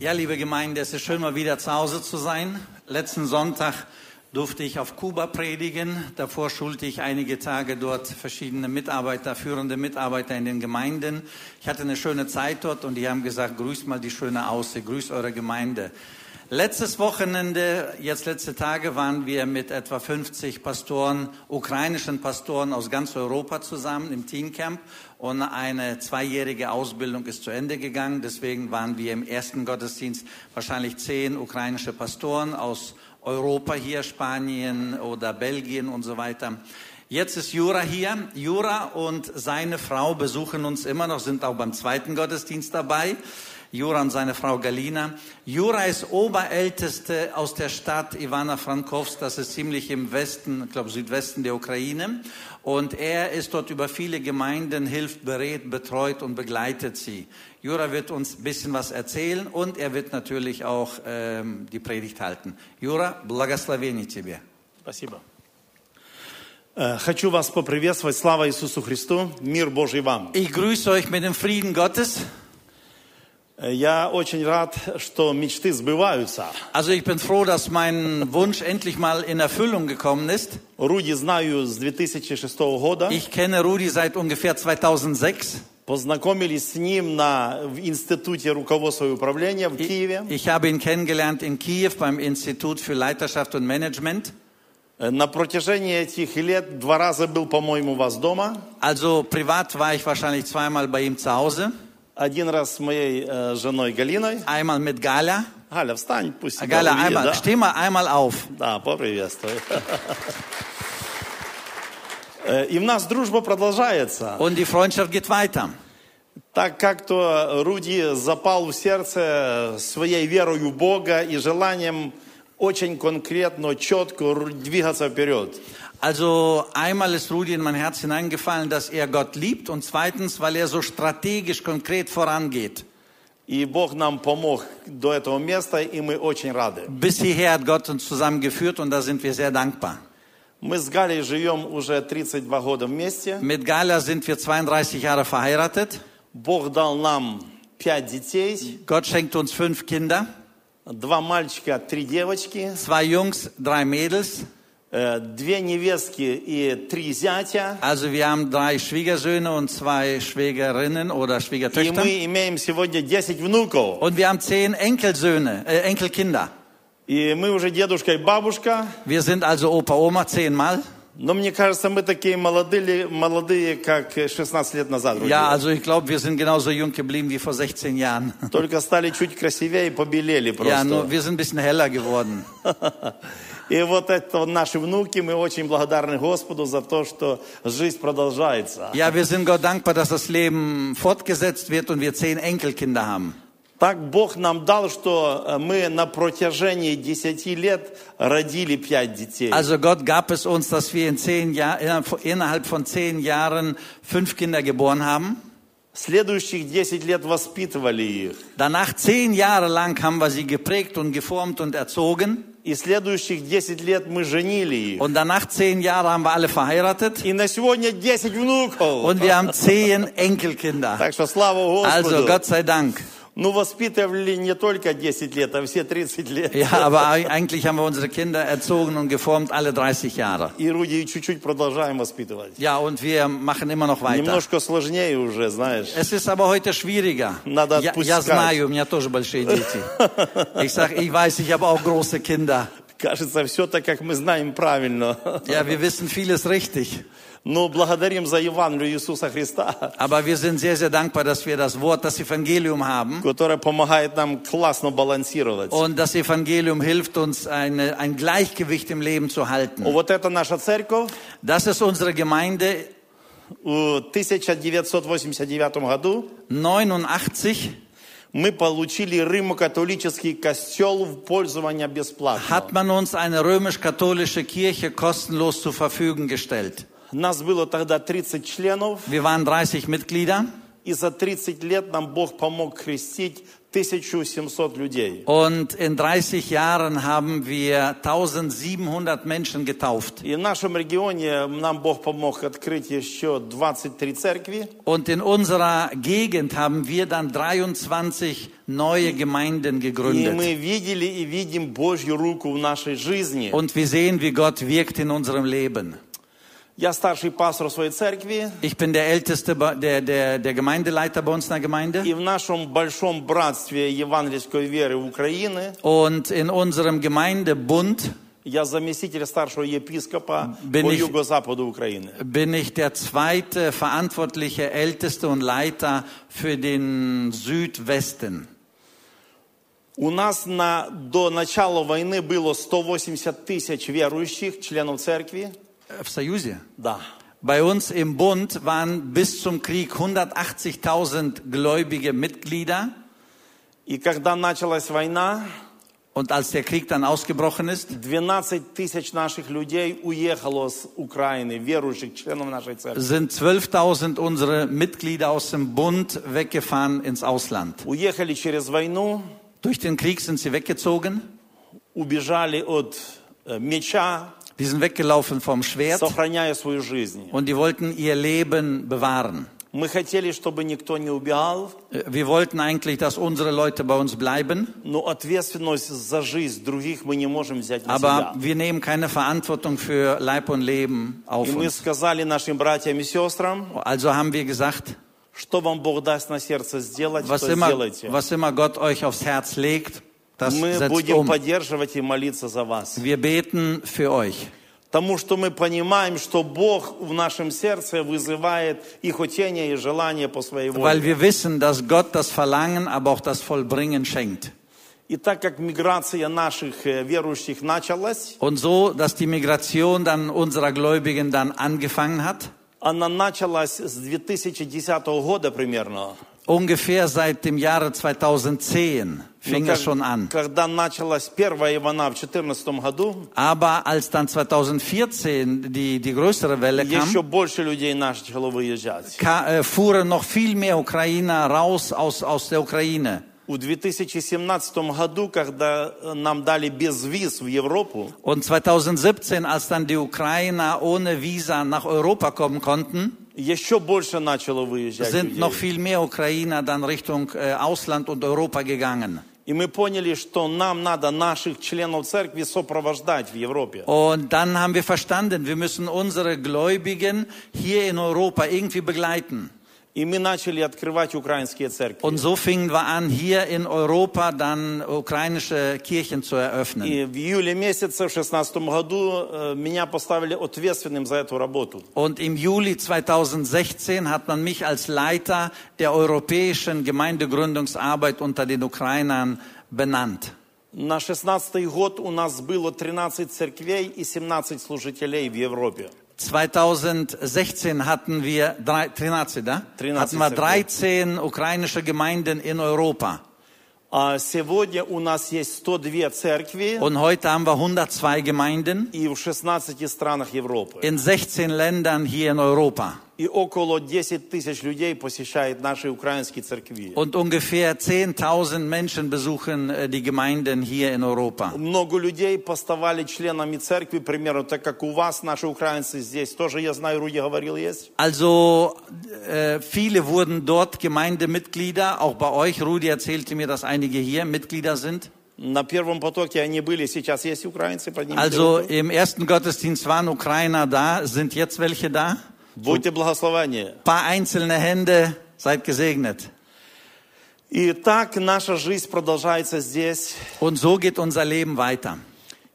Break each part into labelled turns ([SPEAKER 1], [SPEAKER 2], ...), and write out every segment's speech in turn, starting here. [SPEAKER 1] Ja, liebe Gemeinde, es ist schön, mal wieder zu Hause zu sein. Letzten Sonntag durfte ich auf Kuba predigen. Davor schulte ich einige Tage dort verschiedene Mitarbeiter, führende Mitarbeiter in den Gemeinden. Ich hatte eine schöne Zeit dort und die haben gesagt, grüßt mal die schöne Aussicht, grüßt eure Gemeinde. Letztes Wochenende, jetzt letzte Tage, waren wir mit etwa 50 Pastoren, ukrainischen Pastoren aus ganz Europa zusammen im Teencamp und eine zweijährige Ausbildung ist zu Ende gegangen. Deswegen waren wir im ersten Gottesdienst wahrscheinlich zehn ukrainische Pastoren aus Europa hier, Spanien oder Belgien und so weiter. Jetzt ist Jura hier. Jura und seine Frau besuchen uns immer noch, sind auch beim zweiten Gottesdienst dabei. Jura und seine Frau Galina. Jura ist Oberälteste aus der Stadt Ivana Frankovs, das ist ziemlich im Westen, ich glaube Südwesten der Ukraine. Und er ist dort über viele Gemeinden, hilft, berät, betreut und begleitet sie. Jura wird uns ein bisschen was erzählen und er wird natürlich auch ähm, die Predigt halten. Jura, благословение тебе.
[SPEAKER 2] Спасибо. Э, Хочу вас поприветствовать. Слава Иисусу Христу. Мир Божий вам.
[SPEAKER 1] Ich grüße euch mit dem Frieden Gottes.
[SPEAKER 2] Э, Я очень рад, что мечты сбываются.
[SPEAKER 1] Also ich bin froh, dass mein Wunsch endlich mal in Erfüllung gekommen ist.
[SPEAKER 2] Руди знаю с 2006 года.
[SPEAKER 1] Ich kenne Rudi seit ungefähr 2006.
[SPEAKER 2] Познакомились с ним на, в Институте руководства и управления в Киеве.
[SPEAKER 1] Ich habe ihn kennengelernt in Kiew beim Institut für Leiterschaft und Management.
[SPEAKER 2] Э, На протяжении этих лет два раза был, по-моему, у вас дома.
[SPEAKER 1] Also privat war ich wahrscheinlich zweimal bei ihm zu Hause.
[SPEAKER 2] Один раз с моей э, женой Галиной.
[SPEAKER 1] Einmal mit Gala.
[SPEAKER 2] А Галя, встань, пусть тебя
[SPEAKER 1] Gala,
[SPEAKER 2] увидит,
[SPEAKER 1] einmal,
[SPEAKER 2] да.
[SPEAKER 1] steh mal einmal auf.
[SPEAKER 2] Да, поприветствую. Э, И у нас дружба продолжается.
[SPEAKER 1] Und die Freundschaft geht weiter.
[SPEAKER 2] Так как-то Руди запал в сердце своей верою в Бога и желанием очень конкретно, четко ру- двигаться вперед.
[SPEAKER 1] Also einmal ist Rudi in mein Herz hineingefallen, dass er Gott liebt und zweitens, weil er so strategisch konkret vorangeht.
[SPEAKER 2] И Бог нам помог до этого места, и мы очень рады.
[SPEAKER 1] Bis hierher hat Gott uns zusammengeführt und da sind wir sehr dankbar.
[SPEAKER 2] Мы с Галей живем уже 32 года вместе.
[SPEAKER 1] Mit Gala sind wir 32 Jahre verheiratet.
[SPEAKER 2] Бог дал нам пять детей,
[SPEAKER 1] Gott schenkt uns fünf Kinder,
[SPEAKER 2] два мальчика, три девочки,
[SPEAKER 1] zwei Jungs, drei Mädels.
[SPEAKER 2] э, две невестки и три зятя.
[SPEAKER 1] Also wir haben drei Schwiegersöhne und zwei Schwägerinnen oder
[SPEAKER 2] И
[SPEAKER 1] Schwiegertöchter.
[SPEAKER 2] мы имеем сегодня 10 внуков.
[SPEAKER 1] Und wir haben zehn Enkelsöhne, äh, Enkelkinder.
[SPEAKER 2] И мы уже дедушка и бабушка.
[SPEAKER 1] Wir sind also Opa, Oma zehnmal.
[SPEAKER 2] Но мне кажется, мы такие молодые, молодые как 16 лет назад. вроде.
[SPEAKER 1] Ja, also ich glaube, wir sind genauso jung geblieben wie vor 16 Jahren.
[SPEAKER 2] Только стали чуть красивее и побелели
[SPEAKER 1] Ja,
[SPEAKER 2] просто.
[SPEAKER 1] nur wir sind ein bisschen heller geworden.
[SPEAKER 2] И вот это наши внуки, мы очень благодарны Господу за то, что жизнь продолжается.
[SPEAKER 1] Ja, wir sind Gott dankbar, dass das Leben fortgesetzt wird und wir zehn Enkelkinder haben.
[SPEAKER 2] Так Бог нам дал, что э, мы на протяжении 10 лет родили 5 детей.
[SPEAKER 1] Also Gott gab es uns, dass wir in zehn Jahr, innerhalb- innerhalb von zehn Jahren fünf Kinder geboren haben.
[SPEAKER 2] Следующих 10 лет воспитывали их.
[SPEAKER 1] Danach zehn Jahre lang haben wir sie geprägt und geformt und erzogen.
[SPEAKER 2] И следующих 10 лет мы женили их.
[SPEAKER 1] Und danach zehn Jahre haben wir alle verheiratet.
[SPEAKER 2] И на сегодня 10 внуков.
[SPEAKER 1] Und wir haben zehn Enkelkinder.
[SPEAKER 2] Так что слава Господу.
[SPEAKER 1] Also Gott sei Dank.
[SPEAKER 2] Ну, воспитывали не только 10 лет, а все 30 лет.
[SPEAKER 1] Ja, aber eig- eigentlich haben wir unsere Kinder erzogen und geformt alle 30 Jahre.
[SPEAKER 2] И Руди чуть-чуть продолжаем воспитывать.
[SPEAKER 1] Ja, und wir machen immer noch weiter.
[SPEAKER 2] Немножко сложнее уже, знаешь.
[SPEAKER 1] Es ist aber heute schwieriger.
[SPEAKER 2] Надо
[SPEAKER 1] Я, я
[SPEAKER 2] отпускать.
[SPEAKER 1] знаю, у меня тоже большие дети. Ich sag, ich weiß, ich habe auch große Kinder.
[SPEAKER 2] Кажется, все так, как мы знаем правильно.
[SPEAKER 1] Ja, wir wissen vieles richtig.
[SPEAKER 2] Но благодарим за Евангелие Иисуса Христа,
[SPEAKER 1] Aber wir sind sehr, sehr dankbar, dass wir das Wort, das Evangelium haben.
[SPEAKER 2] которое помогает нам классно балансировать.
[SPEAKER 1] Und das Evangelium hilft uns, eine, ein Gleichgewicht im Leben zu halten.
[SPEAKER 2] Вот это наша церковь.
[SPEAKER 1] Das ist unsere Gemeinde
[SPEAKER 2] В 1989 году
[SPEAKER 1] 89.
[SPEAKER 2] мы получили Римо-католический костел в пользование бесплатно.
[SPEAKER 1] Hat man uns eine römisch-katholische Kirche kostenlos zur Verfügung gestellt.
[SPEAKER 2] Нас было тогда 30 членов.
[SPEAKER 1] Wir waren 30 Mitglieder.
[SPEAKER 2] и за 30 лет нам Бог помог крестить 1700 людей.
[SPEAKER 1] Und in 30 Jahren haben wir 1700 Menschen getauft.
[SPEAKER 2] И в нашем регионе нам Бог помог открыть еще 23 церкви.
[SPEAKER 1] Und in unserer Gegend haben wir dann 23 neue Gemeinden
[SPEAKER 2] И
[SPEAKER 1] gegründet.
[SPEAKER 2] мы видели и видим Божью руку в нашей жизни.
[SPEAKER 1] Und wir sehen, wie Gott wirkt in unserem Leben.
[SPEAKER 2] Я старший пастор своей церкви.
[SPEAKER 1] Ich bin der älteste, bei- der, der, der Gemeindeleiter bei uns in der Gemeinde.
[SPEAKER 2] И в нашем большом братстве евангельской веры Украины
[SPEAKER 1] Und in unserem Gemeindebund
[SPEAKER 2] я заместитель старшего епископа
[SPEAKER 1] Бен-
[SPEAKER 2] по юго-западу Украины.
[SPEAKER 1] bin ich der zweite verantwortliche Älteste und Leiter für den Südwesten.
[SPEAKER 2] У нас на, до начала войны было 180 тысяч верующих, членов церкви.
[SPEAKER 1] Äh, в Союзе.
[SPEAKER 2] Да.
[SPEAKER 1] Bei uns im Bund waren bis zum Krieg 180.000 gläubige Mitglieder.
[SPEAKER 2] И когда началась война,
[SPEAKER 1] Und als der Krieg dann ausgebrochen ist,
[SPEAKER 2] 12 тысяч наших людей уехало с Украины, верующих членов нашей церкви.
[SPEAKER 1] sind 12.000 unsere Mitglieder aus dem Bund weggefahren ins Ausland.
[SPEAKER 2] Уехали через войну,
[SPEAKER 1] Durch den Krieg sind sie weggezogen.
[SPEAKER 2] убежали от э, меча,
[SPEAKER 1] Die sind weggelaufen vom Schwert
[SPEAKER 2] сохраняя свою жизнь.
[SPEAKER 1] und die wollten ihr Leben bewahren.
[SPEAKER 2] Мы хотели, чтобы никто не убегал,
[SPEAKER 1] Äh, Wir wollten eigentlich, dass unsere Leute bei uns bleiben,
[SPEAKER 2] но ответственность за жизнь других мы не можем взять на
[SPEAKER 1] aber
[SPEAKER 2] себя.
[SPEAKER 1] wir nehmen keine Verantwortung für Leib und Leben auf
[SPEAKER 2] И мы
[SPEAKER 1] uns.
[SPEAKER 2] сказали нашим братьям и сестрам,
[SPEAKER 1] Also haben wir gesagt,
[SPEAKER 2] что вам Бог даст на сердце сделать,
[SPEAKER 1] was
[SPEAKER 2] то
[SPEAKER 1] immer,
[SPEAKER 2] сделайте.
[SPEAKER 1] was immer Gott euch aufs Herz legt, das
[SPEAKER 2] Мы
[SPEAKER 1] setzt
[SPEAKER 2] будем
[SPEAKER 1] um.
[SPEAKER 2] поддерживать и молиться за вас.
[SPEAKER 1] Wir beten für euch,
[SPEAKER 2] Тому что мы понимаем, что Бог в нашем сердце вызывает и хотение, и желание по своей
[SPEAKER 1] weil
[SPEAKER 2] воле.
[SPEAKER 1] wir wissen, dass Gott das Verlangen, aber auch das Vollbringen schenkt.
[SPEAKER 2] И так как миграция наших э, верующих началась,
[SPEAKER 1] Und so, dass die Migration dann unserer Gläubigen dann angefangen hat,
[SPEAKER 2] она началась с 2010 года примерно.
[SPEAKER 1] ungefähr seit dem Jahre 2010
[SPEAKER 2] Ну,
[SPEAKER 1] fing
[SPEAKER 2] как-
[SPEAKER 1] es schon an.
[SPEAKER 2] Когда началась первая война в 14 году,
[SPEAKER 1] Aber als dann 2014 die, die größere Welle
[SPEAKER 2] еще
[SPEAKER 1] kam,
[SPEAKER 2] больше людей начало выезжать.
[SPEAKER 1] ka, äh, fuhren noch viel mehr Ukrainer raus aus, aus der Ukraine.
[SPEAKER 2] В 2017 году, когда э, нам дали без виз в Европу,
[SPEAKER 1] Und 2017, als dann die Ukrainer ohne Visa nach Europa kommen konnten,
[SPEAKER 2] еще больше начало выезжать
[SPEAKER 1] sind
[SPEAKER 2] людей.
[SPEAKER 1] noch viel mehr Ukrainer dann Richtung äh, Ausland und Europa gegangen.
[SPEAKER 2] И мы поняли, что нам надо наших членов церкви сопровождать в Европе.
[SPEAKER 1] Und dann haben wir verstanden, wir müssen unsere Gläubigen hier in Europa irgendwie begleiten.
[SPEAKER 2] И мы начали открывать украинские церкви.
[SPEAKER 1] Und so fingen wir an, hier in Europa dann ukrainische Kirchen zu eröffnen.
[SPEAKER 2] И в июле месяце в 2016 году э, меня поставили ответственным за эту работу.
[SPEAKER 1] Und im Juli 2016 hat man mich als Leiter der europäischen Gemeindegründungsarbeit unter den Ukrainern benannt.
[SPEAKER 2] На 16 год у нас было 13 церквей и 17 служителей в Европе.
[SPEAKER 1] 2016 hatten wir drei, 13, da?
[SPEAKER 2] 13
[SPEAKER 1] hatten wir
[SPEAKER 2] Zirkel.
[SPEAKER 1] 13 ukrainische Gemeinden in Europa.
[SPEAKER 2] А сегодня у нас есть 102 церкви
[SPEAKER 1] Und heute haben wir 102 Gemeinden
[SPEAKER 2] и в 16 странах Европы.
[SPEAKER 1] in 16 Ländern hier in Europa.
[SPEAKER 2] И около 10 тысяч людей посещает наши украинские церкви.
[SPEAKER 1] Und ungefähr 10.000 Menschen besuchen äh, die Gemeinden hier in Europa.
[SPEAKER 2] Много людей поставали членами церкви, примерно так как у вас, наши украинцы здесь тоже, я знаю, Руди говорил, есть.
[SPEAKER 1] Also äh, viele wurden dort Gemeindemitglieder, auch bei euch. Rudi erzählte mir, dass einige hier Mitglieder sind.
[SPEAKER 2] На первом потоке они были, сейчас есть украинцы, поднимите
[SPEAKER 1] Also
[SPEAKER 2] руку.
[SPEAKER 1] im ersten Gottesdienst waren Ukrainer da, sind jetzt welche da?
[SPEAKER 2] Будьте благословения.
[SPEAKER 1] paar einzelne Hände, seid gesegnet.
[SPEAKER 2] И так наша жизнь продолжается здесь.
[SPEAKER 1] Und so geht unser Leben weiter.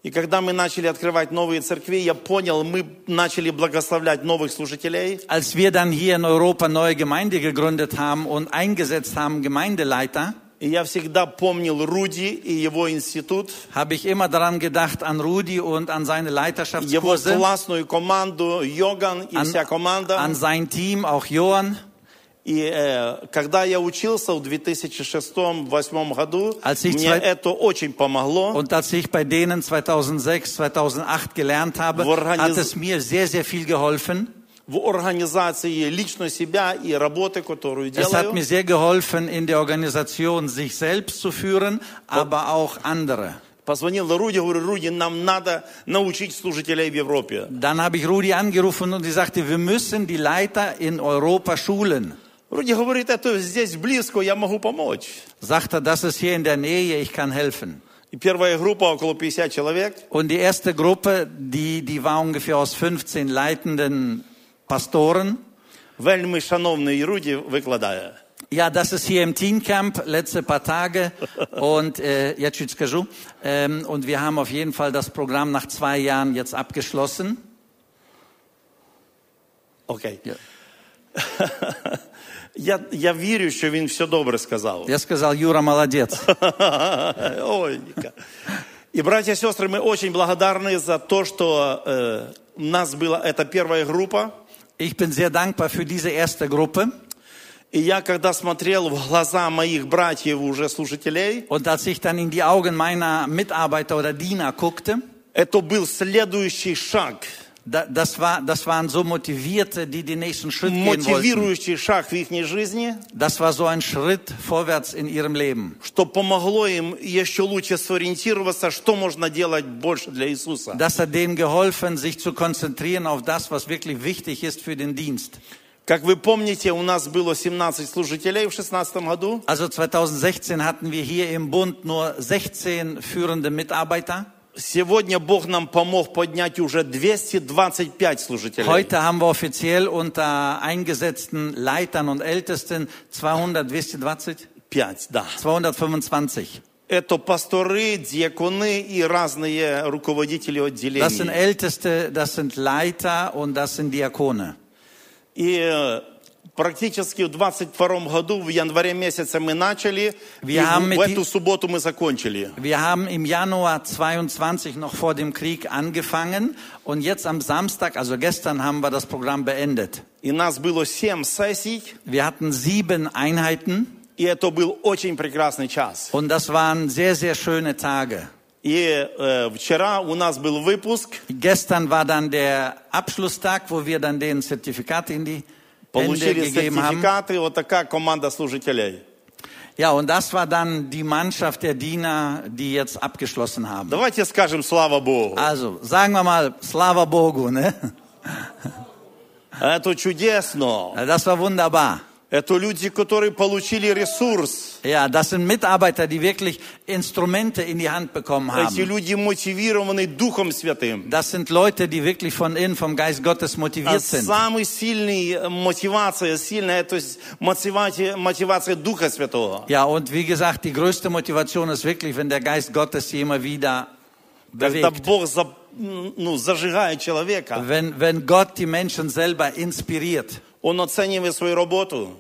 [SPEAKER 2] И когда мы начали открывать новые церкви, я понял, мы начали благословлять новых служителей.
[SPEAKER 1] Als wir dann hier in Europa neue Gemeinde gegründet haben und eingesetzt haben, Gemeindeleiter,
[SPEAKER 2] И я всегда помнил Руди и его институт,
[SPEAKER 1] habe ich immer daran gedacht, an Rudi und an seine
[SPEAKER 2] его
[SPEAKER 1] Leiterschaftskurse,
[SPEAKER 2] классную команду, Йоган и
[SPEAKER 1] an,
[SPEAKER 2] вся команда.
[SPEAKER 1] an sein Team, auch Johann.
[SPEAKER 2] И э, когда я учился в 2006-2008 году,
[SPEAKER 1] А сих
[SPEAKER 2] мне
[SPEAKER 1] цвет-
[SPEAKER 2] это очень помогло.
[SPEAKER 1] Und als ich bei denen 2006, 2008 gelernt habe,
[SPEAKER 2] Woran
[SPEAKER 1] hat
[SPEAKER 2] ist-
[SPEAKER 1] es mir sehr, sehr viel geholfen.
[SPEAKER 2] в организации лично себя и работы, которую
[SPEAKER 1] Es hat mir
[SPEAKER 2] делаю.
[SPEAKER 1] sehr geholfen, in der Organisation sich selbst zu führen, aber auch andere.
[SPEAKER 2] Позвонил Руди, говорю, Руди, нам надо научить служителей в Европе.
[SPEAKER 1] Dann habe ich Rudi angerufen und sie sagte, wir müssen die Leiter in Europa schulen.
[SPEAKER 2] Руди говорит, это здесь близко, я могу помочь.
[SPEAKER 1] Sagt er, das ist hier in der Nähe, ich kann helfen.
[SPEAKER 2] И первая группа, около 50 человек,
[SPEAKER 1] Und die erste Gruppe, die, die war ungefähr aus 15 leitenden Pastoren.
[SPEAKER 2] вельми шановний Руді викладає.
[SPEAKER 1] Ja, das ist hier im Teen Camp, letzte paar Tage. Und äh, jetzt jetzt geschehen. ähm, Und wir haben auf jeden Fall das Programm nach zwei Jahren jetzt abgeschlossen.
[SPEAKER 2] Окей. Я, я вірю, що він все добре сказав.
[SPEAKER 1] Der ist gesagt, Jura молодец.
[SPEAKER 2] Ой, Ника. И, братья и сестры, мы очень благодарны за то, что э, у нас была эта первая группа.
[SPEAKER 1] Ich bin sehr dankbar für diese erste Gruppe.
[SPEAKER 2] И я, когда смотрел в глаза моих братьев, уже слушателей,
[SPEAKER 1] Und als ich dann in die Augen meiner Mitarbeiter oder Diener guckte,
[SPEAKER 2] это был следующий шаг,
[SPEAKER 1] da, das, war, das waren so Motivierte, die den nächsten Schritt gehen wollten.
[SPEAKER 2] мотивирующий шаг в их жизни,
[SPEAKER 1] Das war so ein Schritt vorwärts in ihrem Leben.
[SPEAKER 2] что помогло им еще лучше сориентироваться, что можно делать больше для Иисуса.
[SPEAKER 1] Das hat denen geholfen, sich zu konzentrieren auf das, was wirklich wichtig ist für den Dienst.
[SPEAKER 2] Как вы помните, у нас было 17 служителей в 2016 году.
[SPEAKER 1] Also 2016 hatten wir hier im Bund nur 16 führende Mitarbeiter.
[SPEAKER 2] Сегодня Бог нам помог поднять уже 225 служителей.
[SPEAKER 1] Heute haben wir offiziell unter eingesetzten Leitern und Ältesten 200, 220,
[SPEAKER 2] Пять, да.
[SPEAKER 1] 225.
[SPEAKER 2] Это пасторы, диаконы и разные руководители
[SPEAKER 1] Das sind
[SPEAKER 2] отделений.
[SPEAKER 1] Älteste, das sind Leiter und das sind Diakone.
[SPEAKER 2] И э, практически в 22 году, в январе месяце мы начали, и
[SPEAKER 1] Wir haben
[SPEAKER 2] в,
[SPEAKER 1] mit
[SPEAKER 2] в
[SPEAKER 1] die-
[SPEAKER 2] эту субботу мы закончили.
[SPEAKER 1] Wir haben im Januar 22 noch vor dem Krieg angefangen und jetzt am Samstag, also gestern, haben wir das Programm beendet.
[SPEAKER 2] И нас было семь сессий,
[SPEAKER 1] Wir hatten sieben Einheiten
[SPEAKER 2] и это был очень прекрасный час.
[SPEAKER 1] und das waren sehr, sehr schöne Tage.
[SPEAKER 2] И э, вчера у нас был выпуск,
[SPEAKER 1] Gestern war dann der Abschlusstag, wo wir dann den Zertifikat in die Hände
[SPEAKER 2] получили
[SPEAKER 1] gegeben haben.
[SPEAKER 2] сертификаты, вот такая команда служителей.
[SPEAKER 1] Ja, und das war dann die Mannschaft der Diener, die jetzt abgeschlossen haben.
[SPEAKER 2] Давайте скажем слава Богу.
[SPEAKER 1] Also, sagen wir mal, Slava Bogu, ne?
[SPEAKER 2] Это чудесно.
[SPEAKER 1] Ja, Das war wunderbar.
[SPEAKER 2] Это люди, которые получили ресурс.
[SPEAKER 1] Ja, das sind Mitarbeiter, die wirklich Instrumente in die Hand bekommen
[SPEAKER 2] Эти
[SPEAKER 1] haben.
[SPEAKER 2] люди мотивированы Духом Святым.
[SPEAKER 1] Das sind Leute, die wirklich von innen, vom Geist Gottes
[SPEAKER 2] А
[SPEAKER 1] motiviert sind.
[SPEAKER 2] самый сильный э, мотивация, сильная, то есть мотивация, мотивация Духа Святого.
[SPEAKER 1] Ja, und wie gesagt, die größte Motivation ist wirklich, wenn der Geist Gottes sie immer wieder
[SPEAKER 2] Когда
[SPEAKER 1] bewegt.
[SPEAKER 2] Бог за- м, ну, зажигает человека,
[SPEAKER 1] Wenn, wenn Gott die Menschen selber inspiriert.
[SPEAKER 2] Он оценивает свою работу.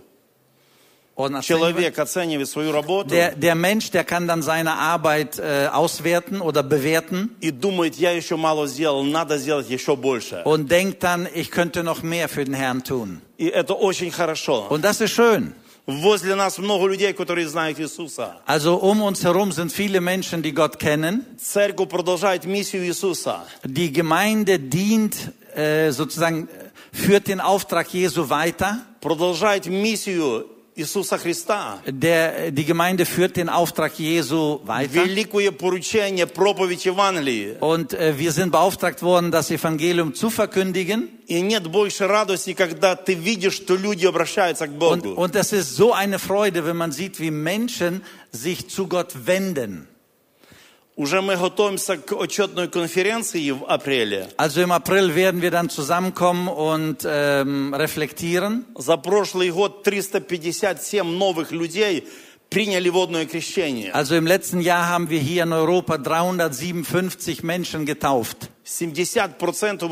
[SPEAKER 1] Und
[SPEAKER 2] Человек оценивает свою работу
[SPEAKER 1] der, der Mensch, der kann dann seine Arbeit äh, auswerten oder bewerten
[SPEAKER 2] и думает, я еще мало сделал, надо сделать еще больше.
[SPEAKER 1] und denkt dann, ich könnte noch mehr für den Herrn tun.
[SPEAKER 2] И это очень хорошо.
[SPEAKER 1] Und das ist schön.
[SPEAKER 2] Возле нас много людей, которые знают Иисуса.
[SPEAKER 1] Also um uns herum sind viele Menschen, die Gott kennen.
[SPEAKER 2] Церковь продолжает миссию Иисуса.
[SPEAKER 1] Die Gemeinde dient äh, sozusagen, äh, führt den Auftrag Jesu weiter.
[SPEAKER 2] Продолжает миссию Иисуса Христа.
[SPEAKER 1] Der, die Gemeinde führt den Auftrag Jesu weiter.
[SPEAKER 2] Великое поручение, проповедь Евангелия.
[SPEAKER 1] Und äh, wir sind beauftragt worden, das Evangelium zu verkündigen.
[SPEAKER 2] И нет больше радости, когда ты видишь, что люди обращаются к
[SPEAKER 1] Und,
[SPEAKER 2] Богу.
[SPEAKER 1] und das ist so eine Freude, wenn man sieht, wie Menschen sich zu Gott wenden.
[SPEAKER 2] Уже мы готовимся к отчетной конференции в апреле.
[SPEAKER 1] Also im April werden wir dann zusammenkommen und ähm, reflektieren.
[SPEAKER 2] За прошлый год 357 новых людей приняли водное крещение.
[SPEAKER 1] Also im letzten Jahr haben wir hier in Europa 357 Menschen getauft.
[SPEAKER 2] 70%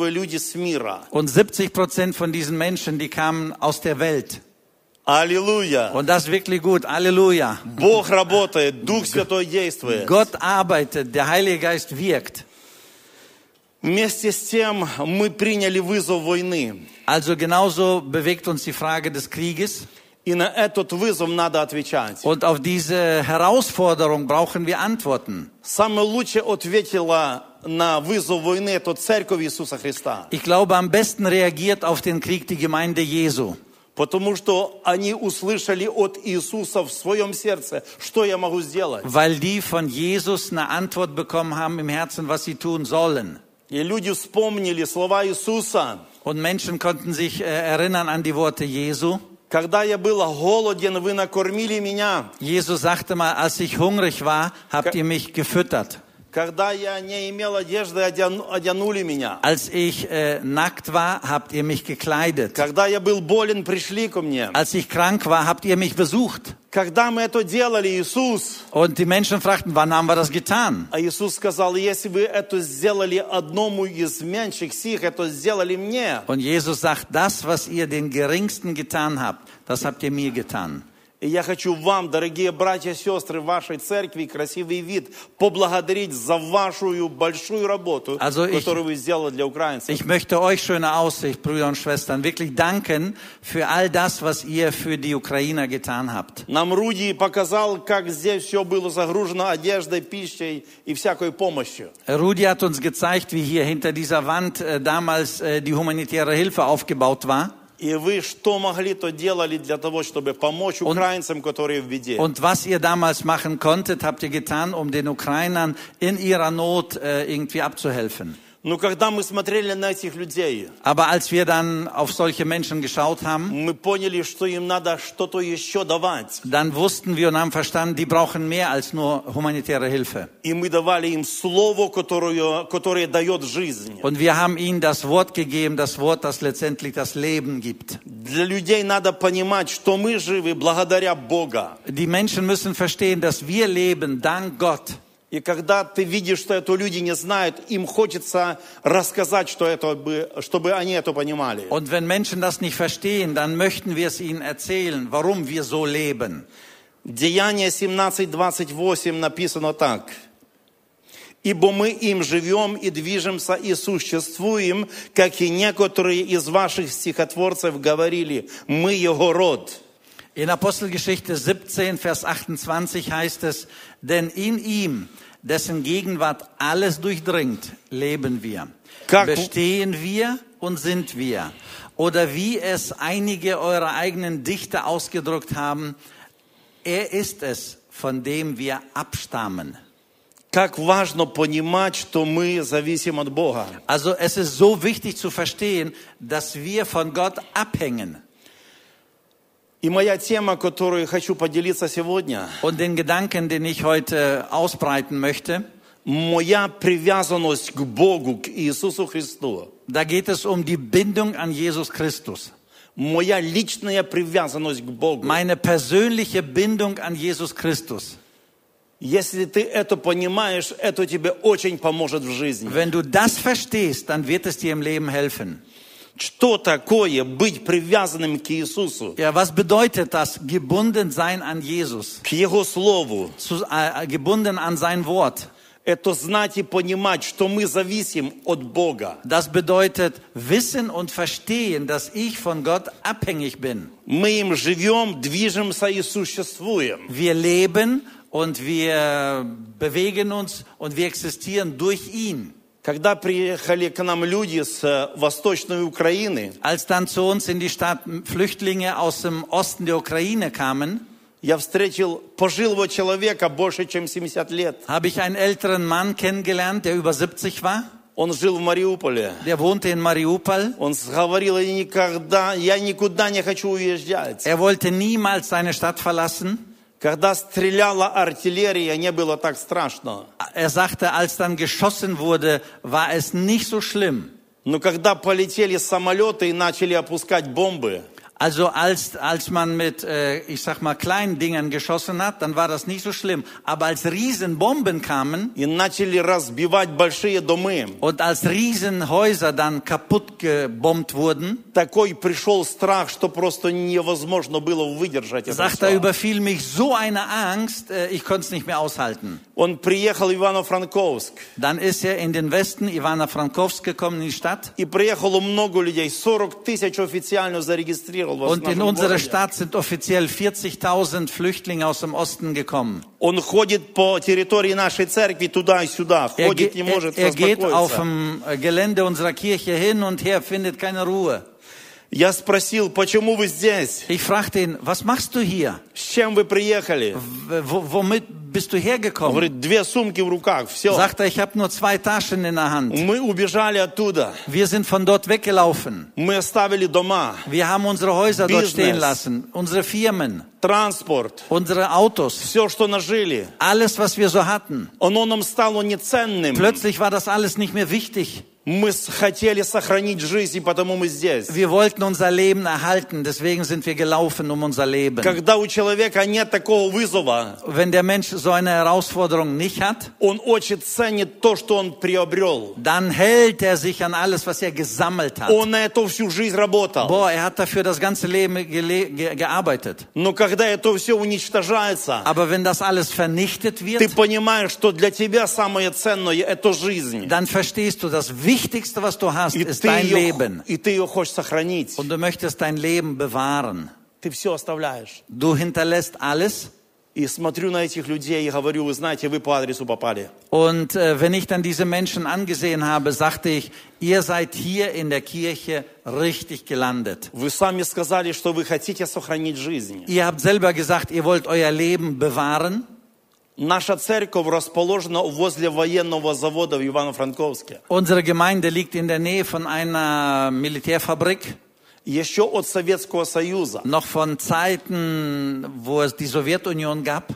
[SPEAKER 2] люди с мира.
[SPEAKER 1] Und 70 Prozent von diesen Menschen, die kamen aus der Welt.
[SPEAKER 2] Аллилуйя!
[SPEAKER 1] Und das ist wirklich gut. Halleluja.
[SPEAKER 2] Бог работает, Дух Святой действует.
[SPEAKER 1] Gott arbeitet, der Heilige Geist wirkt.
[SPEAKER 2] Вместе с тем мы приняли вызов войны.
[SPEAKER 1] Also genauso bewegt uns die Frage des Krieges.
[SPEAKER 2] И на этот вызов надо отвечать.
[SPEAKER 1] Und auf diese Herausforderung brauchen wir Antworten.
[SPEAKER 2] Самое лучше ответила на вызов войны это церковь Иисуса Христа.
[SPEAKER 1] Ich glaube, am besten reagiert auf den Krieg die Gemeinde Jesu.
[SPEAKER 2] Потому что они услышали от Иисуса в своем сердце, что я могу сделать.
[SPEAKER 1] weil die von Jesus eine Antwort bekommen haben im Herzen, was sie tun sollen.
[SPEAKER 2] И люди вспомнили слова Иисуса.
[SPEAKER 1] Und Menschen konnten sich äh, erinnern an die Worte Jesu.
[SPEAKER 2] Когда я был голоден, вы накормили меня.
[SPEAKER 1] Jesus sagte mal, als ich hungrig war, habt ihr mich gefüttert.
[SPEAKER 2] Когда я не имел одежды, одян- одянули меня.
[SPEAKER 1] Als ich äh, nackt war, habt ihr mich gekleidet.
[SPEAKER 2] Когда я был болен, пришли ко мне.
[SPEAKER 1] Als ich krank war, habt ihr mich besucht.
[SPEAKER 2] Когда мы это делали, Иисус,
[SPEAKER 1] Und die Menschen fragten, wann haben wir das getan?
[SPEAKER 2] а Иисус сказал, если вы это сделали одному из меньших сих, это сделали мне.
[SPEAKER 1] Und Jesus sagt, das, was ihr den Geringsten getan habt, das habt ihr mir getan.
[SPEAKER 2] И я хочу вам, дорогие братья и сестры вашей церкви, красивый вид, поблагодарить за вашу большую работу,
[SPEAKER 1] А за их-
[SPEAKER 2] которую вы сделали для украинцев.
[SPEAKER 1] Ich möchte euch, schöne Aussicht, Brüder und Schwestern, wirklich danken für all das, was ihr für die Ukrainer getan habt.
[SPEAKER 2] Нам Руди показал, как здесь все было загружено одеждой, пищей и всякой помощью.
[SPEAKER 1] Rudi hat uns gezeigt, wie hier hinter dieser Wand äh, damals äh, die humanitäre Hilfe aufgebaut war
[SPEAKER 2] И вы что могли, то делали для того, чтобы помочь украинцам, которые в беде.
[SPEAKER 1] und was ihr damals machen konntet, habt ihr getan, um den Ukrainern in ihrer Not äh, irgendwie abzuhelfen.
[SPEAKER 2] Но когда мы смотрели на этих людей,
[SPEAKER 1] Aber als wir dann auf solche Menschen geschaut haben,
[SPEAKER 2] мы поняли, что им надо что-то еще давать.
[SPEAKER 1] dann wussten wir und haben verstanden, die brauchen mehr als nur humanitäre Hilfe.
[SPEAKER 2] И мы давали им слово, которое, которое дает жизнь.
[SPEAKER 1] Und wir haben ihnen das Wort gegeben, das Wort, das letztendlich das Leben gibt.
[SPEAKER 2] Для людей надо понимать, что мы живы благодаря Бога.
[SPEAKER 1] Die Menschen müssen verstehen, dass wir leben dank Gott.
[SPEAKER 2] И когда ты видишь, что это люди не знают, им хочется рассказать, что это бы, чтобы они это понимали.
[SPEAKER 1] Und wenn Menschen das nicht verstehen, dann möchten wir es ihnen erzählen, warum wir so leben.
[SPEAKER 2] Деяние 17.28 написано так. «Ибо мы им живем и движемся и существуем, как и некоторые из ваших стихотворцев говорили, мы его род».
[SPEAKER 1] In Apostelgeschichte 17, Vers 28 heißt es, denn in ihm, dessen Gegenwart alles durchdringt, leben wir,
[SPEAKER 2] Kaku-
[SPEAKER 1] bestehen wir und sind wir. Oder wie es einige eurer eigenen Dichter ausgedrückt haben, er ist es, von dem wir abstammen.
[SPEAKER 2] Как важно понимать, что мы зависим от Бога.
[SPEAKER 1] Also es ist so wichtig zu verstehen, dass wir von Gott abhängen.
[SPEAKER 2] И моя тема, которую хочу поделиться сегодня,
[SPEAKER 1] Und den Gedanken, den ich heute ausbreiten möchte,
[SPEAKER 2] моя привязанность к Богу, к Иисусу Христу,
[SPEAKER 1] da geht es um die Bindung an Jesus Christus.
[SPEAKER 2] моя личная привязанность к Богу.
[SPEAKER 1] Meine persönliche Bindung an Jesus Christus.
[SPEAKER 2] Если ты это понимаешь, это тебе очень поможет в жизни.
[SPEAKER 1] Wenn du das verstehst, dann wird es dir im Leben helfen.
[SPEAKER 2] Что такое быть привязанным к Иисусу,
[SPEAKER 1] Ja, was bedeutet das? Gebunden sein an Jesus.
[SPEAKER 2] к Его Слову?
[SPEAKER 1] Zu, äh, gebunden an sein Wort.
[SPEAKER 2] Это знать и понимать, что мы зависим от Бога.
[SPEAKER 1] Das bedeutet wissen und verstehen, dass ich von Gott abhängig bin.
[SPEAKER 2] Мы им живем, движемся и существуем.
[SPEAKER 1] Wir leben und wir bewegen uns und wir existieren durch ihn.
[SPEAKER 2] Когда приехали к нам люди с э, Восточной Украины,
[SPEAKER 1] Als dann zu uns in die Stadt Flüchtlinge aus dem Osten der Ukraine kamen,
[SPEAKER 2] я встретил пожилого человека больше, чем 70 лет.
[SPEAKER 1] habe ich einen älteren Mann kennengelernt, der über 70 war.
[SPEAKER 2] Он жил в Мариуполе.
[SPEAKER 1] Der wohnte in Mariupol.
[SPEAKER 2] Он говорил, я никогда, я никуда не хочу уезжать.
[SPEAKER 1] Er wollte niemals seine Stadt verlassen.
[SPEAKER 2] Когда стреляла артиллерия, не было так страшно.
[SPEAKER 1] Er sagte, als dann geschossen wurde, war es nicht so schlimm.
[SPEAKER 2] Но когда полетели самолеты и начали опускать бомбы,
[SPEAKER 1] Also als, als man mit, äh, ich sag mal, kleinen Dingern geschossen hat, dann war das nicht so schlimm. Aber als Riesenbomben kamen,
[SPEAKER 2] и начали разбивать большие дома,
[SPEAKER 1] Und als Riesenhäuser dann kaputt gebombt wurden,
[SPEAKER 2] такой пришел страх, что просто невозможно было выдержать это
[SPEAKER 1] sagt er,
[SPEAKER 2] всё.
[SPEAKER 1] überfiel mich so eine Angst, äh, ich konnte es nicht mehr aushalten.
[SPEAKER 2] Он приехал в Ивано-Франковск,
[SPEAKER 1] Dann ist er in den Westen Ivana Frankowsk gekommen in die Stadt
[SPEAKER 2] и приехало много людей, 40 тысяч официально приехал в
[SPEAKER 1] Und in
[SPEAKER 2] нашем
[SPEAKER 1] unsere
[SPEAKER 2] городе.
[SPEAKER 1] Stadt sind offiziell 40.000 Flüchtlinge aus dem Osten gekommen.
[SPEAKER 2] Он ходит по территории нашей церкви туда и сюда,
[SPEAKER 1] Er, ge
[SPEAKER 2] ходит, не
[SPEAKER 1] er,
[SPEAKER 2] может
[SPEAKER 1] er geht auf
[SPEAKER 2] успокоиться.
[SPEAKER 1] dem äh, Gelände unserer Kirche hin und her, findet keine Ruhe.
[SPEAKER 2] Я спросил, почему вы здесь?
[SPEAKER 1] Ich fragte ihn, was machst du hier?
[SPEAKER 2] С чем вы приехали?
[SPEAKER 1] W wo- womit bist du
[SPEAKER 2] Он
[SPEAKER 1] hergekommen?
[SPEAKER 2] говорит, две сумки в руках, все.
[SPEAKER 1] Sagt er, ich habe nur zwei Taschen in der Hand.
[SPEAKER 2] Мы убежали оттуда,
[SPEAKER 1] Wir sind von dort weggelaufen.
[SPEAKER 2] мы оставили дома,
[SPEAKER 1] Wir haben unsere Häuser dort
[SPEAKER 2] Business.
[SPEAKER 1] stehen lassen, unsere Firmen,
[SPEAKER 2] транспорт,
[SPEAKER 1] unsere Autos,
[SPEAKER 2] все, что нажили.
[SPEAKER 1] alles, was wir so hatten.
[SPEAKER 2] Оно нам стало неценным.
[SPEAKER 1] Plötzlich war das alles nicht mehr wichtig.
[SPEAKER 2] Мы с- хотели сохранить жизнь, и потому мы здесь.
[SPEAKER 1] Wir wollten unser Leben erhalten, deswegen sind wir gelaufen um unser Leben.
[SPEAKER 2] Когда у человека нет такого вызова,
[SPEAKER 1] Wenn der Mensch so eine Herausforderung nicht hat,
[SPEAKER 2] он очень ценит то, что он приобрел.
[SPEAKER 1] dann hält er sich an alles, was er gesammelt hat.
[SPEAKER 2] Он на это всю жизнь работал.
[SPEAKER 1] Boah, er hat dafür das ganze Leben gele ge gearbeitet.
[SPEAKER 2] Но когда это все уничтожается,
[SPEAKER 1] Aber wenn das alles vernichtet
[SPEAKER 2] ты
[SPEAKER 1] wird,
[SPEAKER 2] понимаешь, что для тебя самое ценное – это жизнь.
[SPEAKER 1] dann verstehst du, das Wichtigste, was du hast,
[SPEAKER 2] И
[SPEAKER 1] ist
[SPEAKER 2] ты,
[SPEAKER 1] dein
[SPEAKER 2] ее,
[SPEAKER 1] Leben.
[SPEAKER 2] и ты ее хочешь сохранить.
[SPEAKER 1] Und du möchtest dein Leben bewahren.
[SPEAKER 2] Ты все оставляешь.
[SPEAKER 1] Du hinterlässt alles.
[SPEAKER 2] И смотрю на этих людей и говорю, вы знаете, вы по адресу попали.
[SPEAKER 1] Und äh, wenn ich dann diese Menschen angesehen habe, sagte ich, ihr seid hier in der Kirche richtig gelandet.
[SPEAKER 2] Вы сами сказали, что вы хотите сохранить жизнь.
[SPEAKER 1] Ihr habt selber gesagt, ihr wollt euer Leben bewahren.
[SPEAKER 2] Наша церковь расположена возле военного завода в Ивано-Франковске.
[SPEAKER 1] Unsere Gemeinde liegt in der Nähe von einer Militärfabrik,
[SPEAKER 2] Еще от Советского Союза.
[SPEAKER 1] noch von Zeiten, wo es die Sowjetunion gab.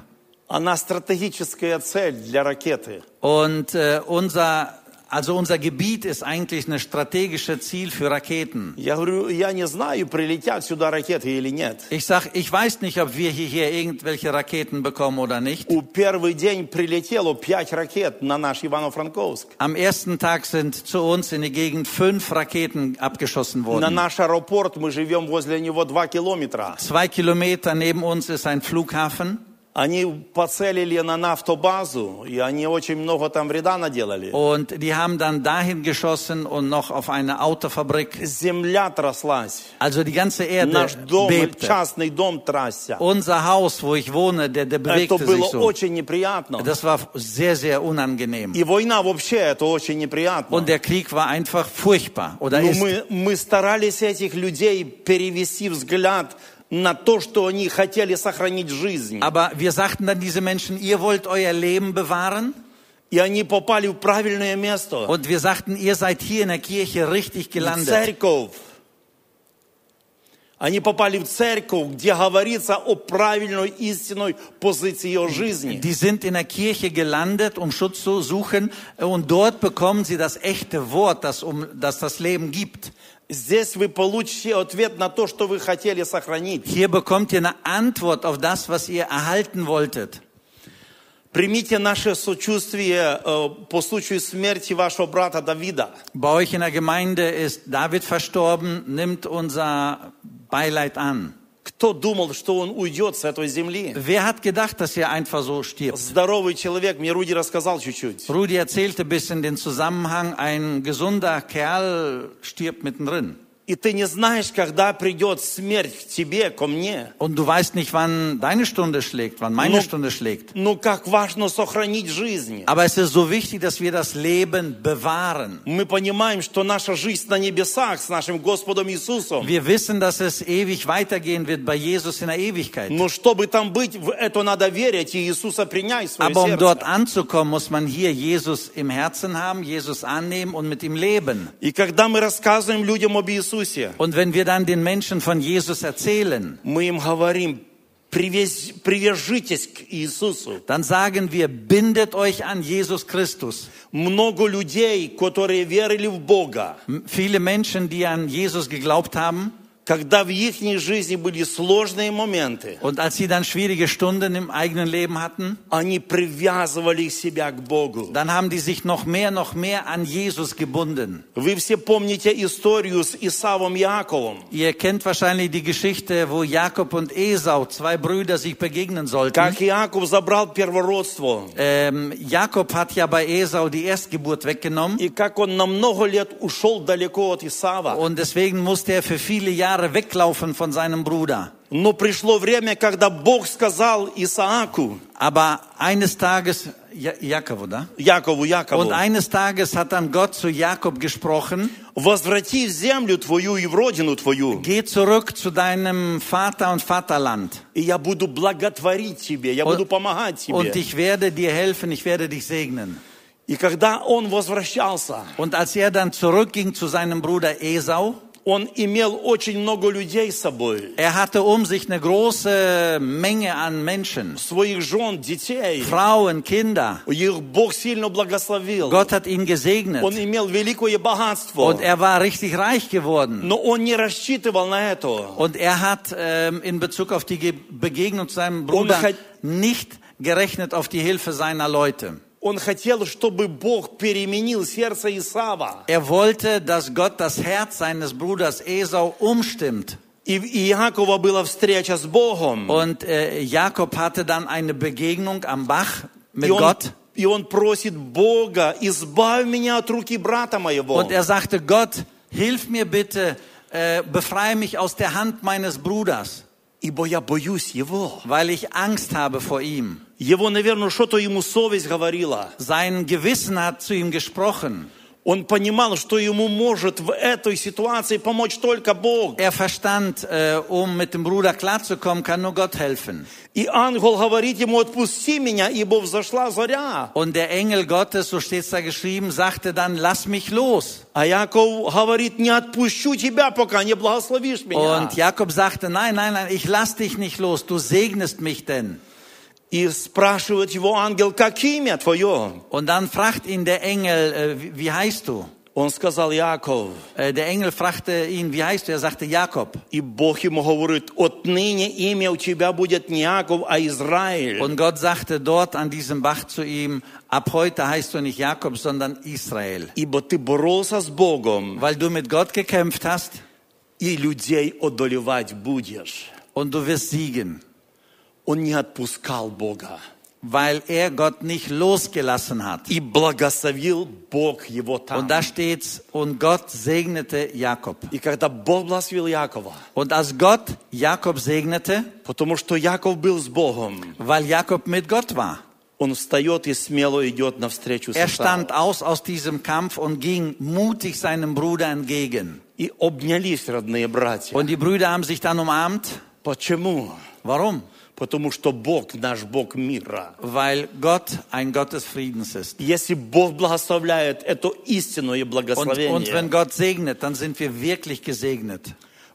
[SPEAKER 2] Она стратегическая цель для ракеты.
[SPEAKER 1] Und äh, unser, also unser Gebiet ist eigentlich ein strategisches Ziel für Raketen.
[SPEAKER 2] Я говорю, я не знаю, прилетят сюда ракеты или нет.
[SPEAKER 1] Ich sag, ich weiß nicht, ob wir hier, hier irgendwelche Raketen bekommen oder nicht.
[SPEAKER 2] У первый день прилетело пять ракет на наш Ивано-Франковск.
[SPEAKER 1] Am ersten Tag sind zu uns in die Gegend fünf Raketen abgeschossen
[SPEAKER 2] На
[SPEAKER 1] worden.
[SPEAKER 2] наш аэропорт, мы живем возле него два километра.
[SPEAKER 1] Zwei Kilometer neben uns ist ein Flughafen
[SPEAKER 2] Они поцелили на нафтобазу, и они очень много там вреда наделали.
[SPEAKER 1] und die haben dann dahin geschossen und noch auf eine Autofabrik.
[SPEAKER 2] Земля тряслась.
[SPEAKER 1] Also die ganze Erde
[SPEAKER 2] Наш дом,
[SPEAKER 1] bebte.
[SPEAKER 2] частный дом трясся.
[SPEAKER 1] Unser Haus, wo ich wohne, der, der
[SPEAKER 2] Это
[SPEAKER 1] bewegte
[SPEAKER 2] было
[SPEAKER 1] sich so.
[SPEAKER 2] очень неприятно.
[SPEAKER 1] Das war sehr, sehr unangenehm.
[SPEAKER 2] И война вообще, это очень неприятно.
[SPEAKER 1] Und der Krieg war einfach furchtbar. Oder
[SPEAKER 2] Но
[SPEAKER 1] ist.
[SPEAKER 2] мы, мы старались этих людей перевести взгляд на то, что они хотели сохранить жизнь.
[SPEAKER 1] Aber wir sagten dann diese Menschen, ihr wollt euer Leben bewahren.
[SPEAKER 2] И они попали в правильное место.
[SPEAKER 1] Und wir sagten, ihr seid hier in der Kirche richtig
[SPEAKER 2] В
[SPEAKER 1] gelandet.
[SPEAKER 2] церковь. Они попали в церковь, где говорится о правильной истинной позиции ее жизни.
[SPEAKER 1] Die sind in der Kirche gelandet, um Schutz zu suchen. Und dort bekommen sie das echte Wort, das, um, das das Leben gibt.
[SPEAKER 2] Здесь вы получите ответ на то, что вы хотели сохранить.
[SPEAKER 1] Hier bekommt ihr eine Antwort auf das, was ihr erhalten wolltet.
[SPEAKER 2] Примите наше сочувствие э, по случаю смерти вашего брата Давида.
[SPEAKER 1] Bei euch in der Gemeinde ist David verstorben, nimmt unser Beileid an.
[SPEAKER 2] Кто думал, что он уйдет с этой земли?
[SPEAKER 1] Wer hat gedacht, dass ihr einfach so stirbt?
[SPEAKER 2] Здоровый человек, мне Руди рассказал чуть-чуть.
[SPEAKER 1] Rudi erzählte ein bisschen den Zusammenhang, ein gesunder Kerl stirbt mittendrin.
[SPEAKER 2] И ты не знаешь, когда придет смерть к тебе, ко мне.
[SPEAKER 1] Und du weißt nicht, wann deine Stunde schlägt, wann meine
[SPEAKER 2] Ну.
[SPEAKER 1] Stunde schlägt.
[SPEAKER 2] Но как важно сохранить жизнь.
[SPEAKER 1] Aber es ist so wichtig, dass wir das Leben bewahren.
[SPEAKER 2] Мы понимаем, что наша жизнь на небесах с нашим Господом Иисусом.
[SPEAKER 1] Wir wissen, dass es ewig weitergehen wird bei Jesus in der Ewigkeit.
[SPEAKER 2] Но чтобы там быть, в это надо верить и Иисуса принять в свое
[SPEAKER 1] Aber um dort
[SPEAKER 2] сердце.
[SPEAKER 1] anzukommen, muss man hier Jesus im Herzen haben, Jesus annehmen und mit ihm leben.
[SPEAKER 2] И когда мы рассказываем людям об Иисусе,
[SPEAKER 1] Und wenn wir dann den Menschen von Jesus erzählen,
[SPEAKER 2] мы им говорим, «Привяз- привяжитесь к Иисусу.
[SPEAKER 1] dann sagen wir, bindet euch an Jesus Christus.
[SPEAKER 2] Много людей, которые верили в Бога,
[SPEAKER 1] Viele Menschen, die an Jesus geglaubt haben
[SPEAKER 2] когда в их жизни были сложные моменты,
[SPEAKER 1] und als sie dann schwierige Stunden im eigenen Leben hatten,
[SPEAKER 2] они привязывали себя к Богу.
[SPEAKER 1] dann haben die sich noch mehr, noch mehr an Jesus gebunden.
[SPEAKER 2] Вы все помните историю с Исавом Яковом,
[SPEAKER 1] Ihr kennt wahrscheinlich die Geschichte, wo Jakob und Esau, zwei Brüder, sich begegnen sollten.
[SPEAKER 2] как Иаков забрал первородство,
[SPEAKER 1] Ähm, Jakob hat ja bei Esau die Erstgeburt weggenommen
[SPEAKER 2] и как он на много лет ушел далеко от Исава.
[SPEAKER 1] und deswegen musste er für viele Jahre weglaufen von seinem Bruder.
[SPEAKER 2] Но пришло время, когда Бог сказал Исааку,
[SPEAKER 1] Aber eines Tages, ja Jakob, da?
[SPEAKER 2] Якову,
[SPEAKER 1] Und
[SPEAKER 2] Якову,
[SPEAKER 1] eines Tages hat dann Gott zu Jakob gesprochen,
[SPEAKER 2] возврати в землю твою и в родину твою,
[SPEAKER 1] geh zurück zu deinem Vater und Vaterland.
[SPEAKER 2] и я буду благотворить тебе, я буду помогать
[SPEAKER 1] Und
[SPEAKER 2] тебе.
[SPEAKER 1] ich werde dir helfen, ich werde dich segnen.
[SPEAKER 2] И когда он возвращался,
[SPEAKER 1] Und als er dann zurückging zu seinem Bruder Esau,
[SPEAKER 2] он имел очень много людей с собой,
[SPEAKER 1] er hatte um sich eine große Menge an Menschen,
[SPEAKER 2] своих жен, детей.
[SPEAKER 1] Frauen, Kinder.
[SPEAKER 2] Их Бог сильно благословил.
[SPEAKER 1] Gott hat ihn gesegnet.
[SPEAKER 2] Он имел великое богатство,
[SPEAKER 1] Und er war richtig reich geworden.
[SPEAKER 2] но он не рассчитывал на это.
[SPEAKER 1] Und er hat ähm, in Bezug auf die Ge- Begegnung zu seinem
[SPEAKER 2] Und
[SPEAKER 1] Bruder
[SPEAKER 2] hat-
[SPEAKER 1] nicht gerechnet auf die Hilfe seiner Leute.
[SPEAKER 2] Он хотел, чтобы Бог переменил сердце Исава.
[SPEAKER 1] Er wollte, dass Gott das Herz seines Bruders Esau umstimmt.
[SPEAKER 2] И и Иакова была встреча с Богом.
[SPEAKER 1] Und äh, Jakob hatte dann eine Begegnung am Bach mit
[SPEAKER 2] И он,
[SPEAKER 1] Gott.
[SPEAKER 2] и он просит Бога, избавь меня от руки брата моего.
[SPEAKER 1] Und er sagte, Gott, hilf mir bitte, äh, befreie mich aus der Hand meines Bruders,
[SPEAKER 2] Ибо я боюсь его.
[SPEAKER 1] weil ich Angst habe vor ihm.
[SPEAKER 2] Его, наверное, что-то ему совесть говорила.
[SPEAKER 1] Sein Gewissen hat zu ihm gesprochen.
[SPEAKER 2] Он понимал, что ему может в этой ситуации помочь только Бог.
[SPEAKER 1] Er verstand, äh, um mit dem Bruder klarzukommen, kann nur Gott helfen.
[SPEAKER 2] И ангел говорит ему, отпусти меня, ибо взошла заря.
[SPEAKER 1] Und der Engel Gottes, so steht es da geschrieben, sagte dann, lass mich los.
[SPEAKER 2] А Яков говорит, не отпущу тебя, пока не благословишь меня.
[SPEAKER 1] Und Jakob sagte, nein, nein, nein, ich lass dich nicht los, du segnest mich denn.
[SPEAKER 2] И спрашивает его ангел, как имя твое?
[SPEAKER 1] Und dann fragt ihn der Engel, äh, wie, wie heißt du?
[SPEAKER 2] Он сказал, Яков.
[SPEAKER 1] Äh, der Engel fragte ihn, wie heißt du? Er sagte, Jakob.
[SPEAKER 2] И Бог ему говорит, отныне имя у тебя будет не Яков, а Израиль.
[SPEAKER 1] Und Gott sagte dort an diesem Bach zu ihm, ab heute heißt du nicht Jakob, sondern Israel.
[SPEAKER 2] Ибо ты боролся с Богом,
[SPEAKER 1] Weil du mit Gott gekämpft hast
[SPEAKER 2] и людей одолевать будешь.
[SPEAKER 1] und du wirst siegen.
[SPEAKER 2] Он не отпускал Бога.
[SPEAKER 1] Weil er Gott nicht losgelassen hat.
[SPEAKER 2] И благословил Бог его там.
[SPEAKER 1] Und da steht's, und Gott segnete Jakob.
[SPEAKER 2] И когда Бог благословил Якова,
[SPEAKER 1] Und als Gott Jakob segnete,
[SPEAKER 2] потому что Яков был с Богом,
[SPEAKER 1] weil Jakob mit Gott war,
[SPEAKER 2] он встает и смело идет навстречу
[SPEAKER 1] er
[SPEAKER 2] Сатану.
[SPEAKER 1] stand aus aus diesem Kampf und ging mutig seinem Bruder entgegen.
[SPEAKER 2] И обнялись, родные братья.
[SPEAKER 1] Und die Brüder haben sich dann umarmt.
[SPEAKER 2] Почему?
[SPEAKER 1] Warum?
[SPEAKER 2] Потому что Бог наш Бог мира.
[SPEAKER 1] Weil Gott ein Gott des Friedens ist.
[SPEAKER 2] Если Бог благословляет, это истинное
[SPEAKER 1] Und, und wenn
[SPEAKER 2] благословение.
[SPEAKER 1] Gott segnet, dann sind wir wirklich gesegnet.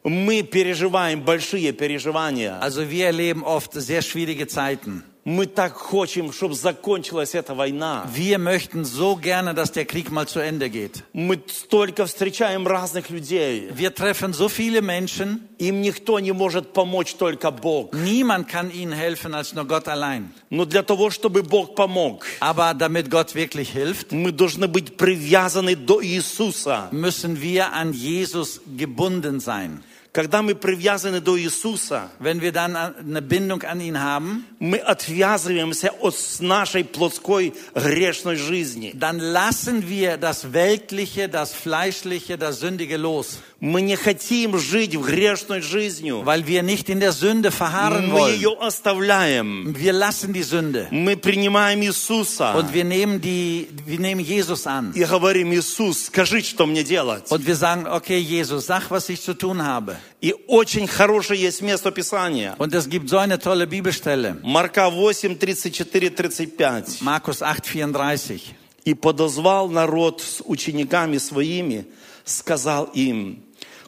[SPEAKER 2] Мы переживаем большие переживания.
[SPEAKER 1] Also wir erleben oft sehr schwierige Zeiten.
[SPEAKER 2] Мы так хотим, чтобы закончилась эта война.
[SPEAKER 1] Wir möchten so gerne, dass der Krieg mal zu Ende geht.
[SPEAKER 2] Мы столько встречаем разных людей.
[SPEAKER 1] Wir treffen so viele Menschen,
[SPEAKER 2] Им никто не может помочь, только Бог.
[SPEAKER 1] Niemand kann ihnen helfen als nur Gott allein.
[SPEAKER 2] Но для того, чтобы Бог помог,
[SPEAKER 1] Aber damit Gott wirklich hilft,
[SPEAKER 2] мы должны быть привязаны до Иисуса.
[SPEAKER 1] müssen wir an Jesus gebunden sein.
[SPEAKER 2] Когда мы привязаны до Иисуса,
[SPEAKER 1] Wenn wir dann eine Bindung an ihn haben,
[SPEAKER 2] мы отвязываемся от с нашей плотской грешной жизни.
[SPEAKER 1] dann lassen wir das Weltliche, das Fleischliche, das Sündige los,
[SPEAKER 2] Мы не хотим жить в грешной жизнью.
[SPEAKER 1] weil wir nicht in der Sünde verharren
[SPEAKER 2] Мы
[SPEAKER 1] wollen.
[SPEAKER 2] ее оставляем.
[SPEAKER 1] Wir lassen die Sünde
[SPEAKER 2] Мы принимаем Иисуса
[SPEAKER 1] und wir nehmen, die, wir nehmen Jesus an.
[SPEAKER 2] и говорим, Иисус, скажи, что мне делать.
[SPEAKER 1] Und wir sagen, okay, Jesus, sag, was ich zu tun habe.
[SPEAKER 2] И очень хорошее есть место Писания.
[SPEAKER 1] Und es gibt so eine tolle Bibelstelle.
[SPEAKER 2] Марка 8, 34, 35.
[SPEAKER 1] Markus 8, 34.
[SPEAKER 2] И подозвал народ с учениками своими, сказал им,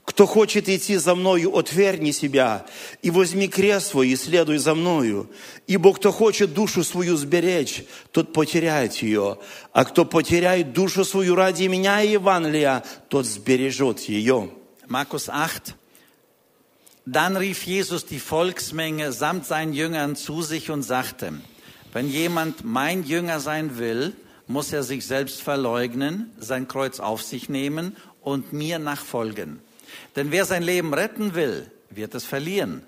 [SPEAKER 2] кто хочет идти за мною, отверни себя, и возьми крест свой, и следуй за мною. Ибо кто хочет душу свою сберечь, тот потеряет ее. А кто потеряет душу свою ради меня и Евангелия, тот сбережет ее.
[SPEAKER 1] Markus 8. Dann rief Jesus die Volksmenge samt seinen Jüngern zu sich und sagte, wenn jemand mein Jünger sein will, muss er sich selbst verleugnen, sein Kreuz auf sich nehmen und mir nachfolgen. Denn wer sein Leben retten will, wird es verlieren.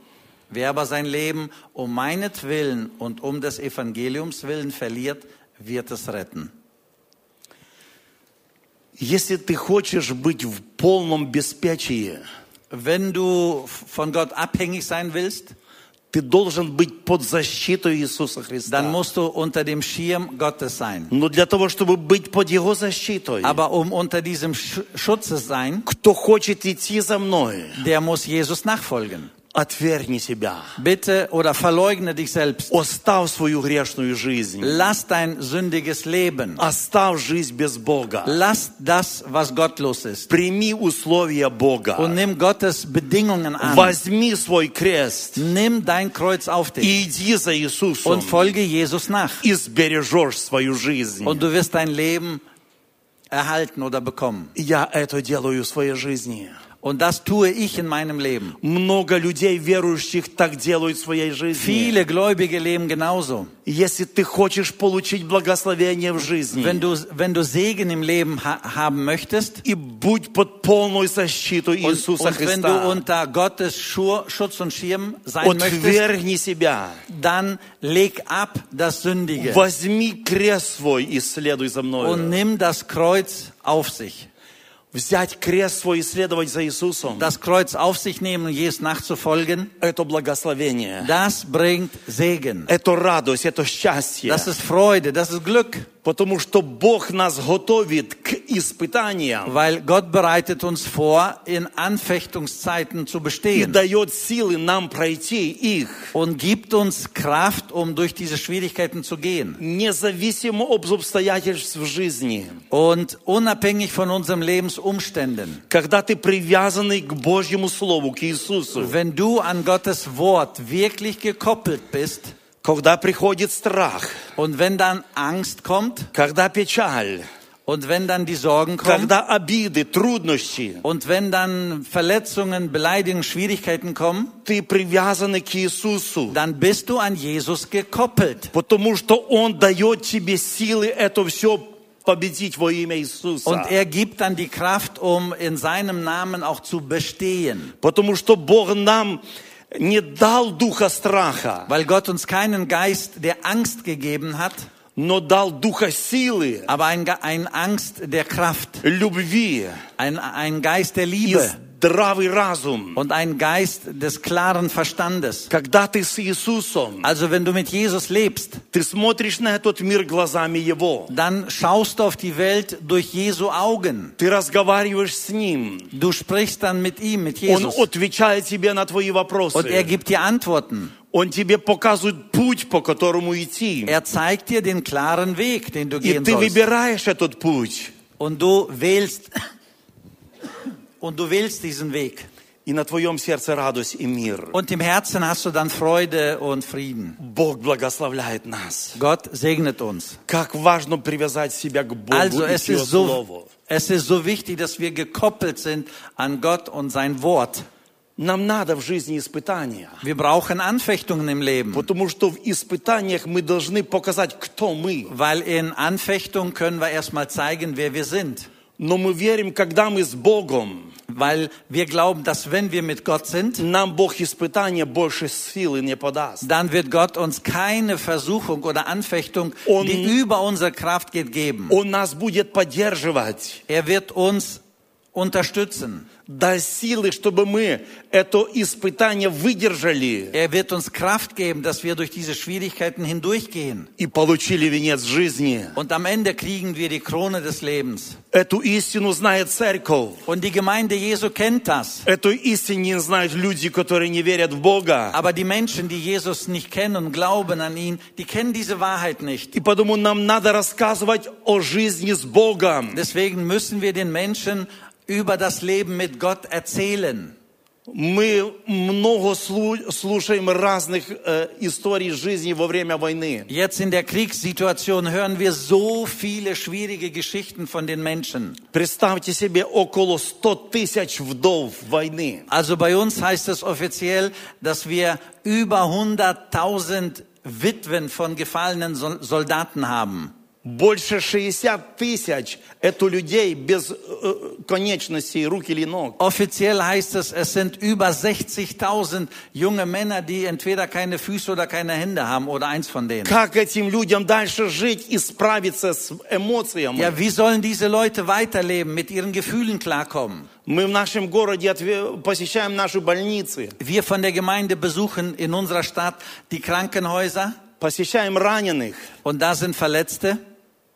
[SPEAKER 1] Wer aber sein Leben um meinetwillen und um des Evangeliums willen verliert, wird es retten.
[SPEAKER 2] Если ты хочешь быть в полном беспечии,
[SPEAKER 1] Wenn du von Gott abhängig sein willst,
[SPEAKER 2] Ты должен быть под защитой Иисуса Христа.
[SPEAKER 1] dann musst du unter dem Schirm Gottes sein.
[SPEAKER 2] Но для того, чтобы быть под Его защитой,
[SPEAKER 1] Aber um unter diesem Sch- Schutz zu sein,
[SPEAKER 2] кто хочет идти за мной,
[SPEAKER 1] der muss Jesus nachfolgen.
[SPEAKER 2] отвергни себя.
[SPEAKER 1] Bitte oder verleugne dich selbst.
[SPEAKER 2] Оставь свою грешную жизнь.
[SPEAKER 1] Lass dein sündiges Leben.
[SPEAKER 2] Оставь жизнь без Бога.
[SPEAKER 1] Lass das, was gottlos ist.
[SPEAKER 2] Прими условия
[SPEAKER 1] Und
[SPEAKER 2] Бога.
[SPEAKER 1] nimm Gottes Bedingungen an.
[SPEAKER 2] Возьми свой крест
[SPEAKER 1] Nimm dein Kreuz auf dich
[SPEAKER 2] и иди за Иисусом.
[SPEAKER 1] und folge Jesus nach.
[SPEAKER 2] И сбережешь свою жизнь.
[SPEAKER 1] Und du wirst dein Leben erhalten oder bekommen.
[SPEAKER 2] Я это делаю в своей жизни.
[SPEAKER 1] Und das tue ich in meinem Leben.
[SPEAKER 2] Много людей верующих так делают в своей жизни.
[SPEAKER 1] Viele Gläubige leben genauso.
[SPEAKER 2] Если ты хочешь получить благословение в
[SPEAKER 1] Wenn
[SPEAKER 2] жизни,
[SPEAKER 1] du, wenn du Segen im Leben ha haben möchtest
[SPEAKER 2] и будь под полную защиту
[SPEAKER 1] und,
[SPEAKER 2] Иисуса
[SPEAKER 1] und wenn du
[SPEAKER 2] Христа,
[SPEAKER 1] unter Gottes Schur, Schutz und Schirm sein möchtest,
[SPEAKER 2] отвергни себя,
[SPEAKER 1] dann leg ab das Sündige
[SPEAKER 2] возьми крест свой и следуй за
[SPEAKER 1] und
[SPEAKER 2] мной.
[SPEAKER 1] nimm das Kreuz auf sich.
[SPEAKER 2] Взять крест свой и следовать за Иисусом
[SPEAKER 1] Das Kreuz auf sich nehmen und Jesus nachzufolgen,
[SPEAKER 2] – это благословение,
[SPEAKER 1] das bringt Segen.
[SPEAKER 2] это радость, это счастье,
[SPEAKER 1] Das ist Freude, das ist Glück,
[SPEAKER 2] потому что Бог нас готовит к испытаниям
[SPEAKER 1] weil Gott bereitet uns vor, in Anfechtungszeiten zu
[SPEAKER 2] и
[SPEAKER 1] bestehen
[SPEAKER 2] дает силы нам пройти их.
[SPEAKER 1] und gibt uns Kraft, um durch diese Schwierigkeiten zu gehen.
[SPEAKER 2] независимо от обстоятельств в жизни,
[SPEAKER 1] Und unabhängig von unseren Lebensumständen,
[SPEAKER 2] когда ты привязанный к Божьему Слову, к Иисусу,
[SPEAKER 1] wenn du an Gottes Wort wirklich gekoppelt bist
[SPEAKER 2] когда приходит страх,
[SPEAKER 1] und wenn dann Angst kommt
[SPEAKER 2] когда печаль,
[SPEAKER 1] und wenn dann die Sorgen kommen
[SPEAKER 2] когда обиды, трудности,
[SPEAKER 1] und wenn dann Verletzungen, Beleidigungen, Schwierigkeiten kommen,
[SPEAKER 2] ты привязанный к Иисусу,
[SPEAKER 1] dann bist du an Jesus gekoppelt.
[SPEAKER 2] потому что Он дает тебе силы это все победить во имя
[SPEAKER 1] Und
[SPEAKER 2] Иисуса.
[SPEAKER 1] er gibt dann die Kraft, um in seinem Namen auch zu bestehen.
[SPEAKER 2] Потому что Бог нам не дал духа страха,
[SPEAKER 1] Weil Gott uns keinen Geist der Angst gegeben hat,
[SPEAKER 2] но дал духа силы,
[SPEAKER 1] aber einen Ge- einen Angst der Kraft,
[SPEAKER 2] любви
[SPEAKER 1] einen, einen Geist der
[SPEAKER 2] и
[SPEAKER 1] Liebe.
[SPEAKER 2] здравый разум.
[SPEAKER 1] und ein Geist des klaren Verstandes.
[SPEAKER 2] Когда ты с Иисусом,
[SPEAKER 1] Also wenn du mit Jesus lebst,
[SPEAKER 2] Ты смотришь на этот мир глазами Его.
[SPEAKER 1] dann schaust du auf die Welt durch Jesu Augen.
[SPEAKER 2] Ты разговариваешь с Ним.
[SPEAKER 1] Du sprichst dann mit ihm, mit
[SPEAKER 2] Он
[SPEAKER 1] Jesus.
[SPEAKER 2] отвечает тебе на твои
[SPEAKER 1] Und er
[SPEAKER 2] вопросы.
[SPEAKER 1] gibt dir Antworten.
[SPEAKER 2] Он тебе показывает путь, по которому идти.
[SPEAKER 1] Er zeigt dir den klaren Weg, den du
[SPEAKER 2] И
[SPEAKER 1] gehen
[SPEAKER 2] ты
[SPEAKER 1] sollst.
[SPEAKER 2] выбираешь этот путь.
[SPEAKER 1] Und du wählst, und du wählst diesen Weg.
[SPEAKER 2] И на твоем сердце радость и мир.
[SPEAKER 1] Und im Herzen hast du dann Freude und Frieden.
[SPEAKER 2] Бог благословляет нас.
[SPEAKER 1] Gott segnet uns.
[SPEAKER 2] Как важно привязать себя к Богу
[SPEAKER 1] Also
[SPEAKER 2] и
[SPEAKER 1] es
[SPEAKER 2] к Его
[SPEAKER 1] ist so,
[SPEAKER 2] Слову.
[SPEAKER 1] es ist so wichtig, dass wir gekoppelt sind an Gott und sein Wort.
[SPEAKER 2] Нам надо в жизни испытания.
[SPEAKER 1] Wir brauchen Anfechtungen im Leben,
[SPEAKER 2] Потому что в испытаниях мы должны показать, кто мы.
[SPEAKER 1] weil in Anfechtung können wir erstmal zeigen, wer wir sind.
[SPEAKER 2] Но мы верим, когда мы с Богом,
[SPEAKER 1] Weil wir glauben, dass wenn wir mit Gott sind,
[SPEAKER 2] Нам Бог испытания больше силы не подаст.
[SPEAKER 1] dann wird Gott uns keine Versuchung oder Anfechtung,
[SPEAKER 2] Und-
[SPEAKER 1] die über unsere Kraft geht, geben.
[SPEAKER 2] Он нас будет поддерживать,
[SPEAKER 1] Er wird uns unterstützen.
[SPEAKER 2] даст силы, чтобы мы это испытание выдержали
[SPEAKER 1] Er wird uns Kraft geben, dass wir durch diese Schwierigkeiten hindurchgehen.
[SPEAKER 2] и получили венец жизни.
[SPEAKER 1] Und am Ende kriegen wir die Krone des Lebens.
[SPEAKER 2] Эту истину знает церковь.
[SPEAKER 1] Und die Gemeinde Jesu kennt das.
[SPEAKER 2] Эту истину не знают люди, которые не верят в Бога.
[SPEAKER 1] Aber die Menschen, die Jesus nicht kennen und glauben an ihn, die kennen diese Wahrheit nicht.
[SPEAKER 2] И потому нам надо рассказывать о жизни с Богом.
[SPEAKER 1] Deswegen müssen wir den Menschen über das Leben mit Gott erzählen.
[SPEAKER 2] Мы много слу- слушаем разных э, историй жизни во время войны.
[SPEAKER 1] Jetzt in der Kriegssituation hören wir so viele schwierige Geschichten von den Menschen.
[SPEAKER 2] Представьте себе около 100 тысяч вдов войны.
[SPEAKER 1] Also bei uns heißt es offiziell, dass wir über 100.000 Witwen von gefallenen Sol- Soldaten haben.
[SPEAKER 2] Больше 60 тысяч – это людей без э, конечностей рук или ног.
[SPEAKER 1] Offiziell heißt es, es sind über 60.000 junge Männer, die entweder keine Füße oder keine Hände haben oder eins von denen.
[SPEAKER 2] Как этим людям дальше жить и справиться с эмоциями?
[SPEAKER 1] Ja, wie sollen diese Leute weiterleben, mit ihren Gefühlen klarkommen?
[SPEAKER 2] Мы в нашем городе отве- посещаем наши больницы,
[SPEAKER 1] Wir von der Gemeinde besuchen in unserer Stadt die Krankenhäuser
[SPEAKER 2] посещаем раненых.
[SPEAKER 1] und da sind Verletzte.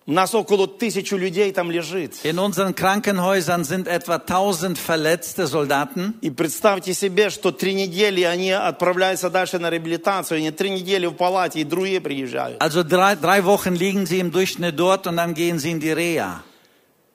[SPEAKER 2] У нас около тысячи людей там лежит.
[SPEAKER 1] In unseren Krankenhäusern sind etwa 1000 verletzte Soldaten.
[SPEAKER 2] И представьте себе, что три недели они отправляются дальше на реабилитацию, они три недели в палате, и другие приезжают.
[SPEAKER 1] Also drei, drei Wochen liegen sie im Durchschnitt dort und dann gehen sie in die Reha.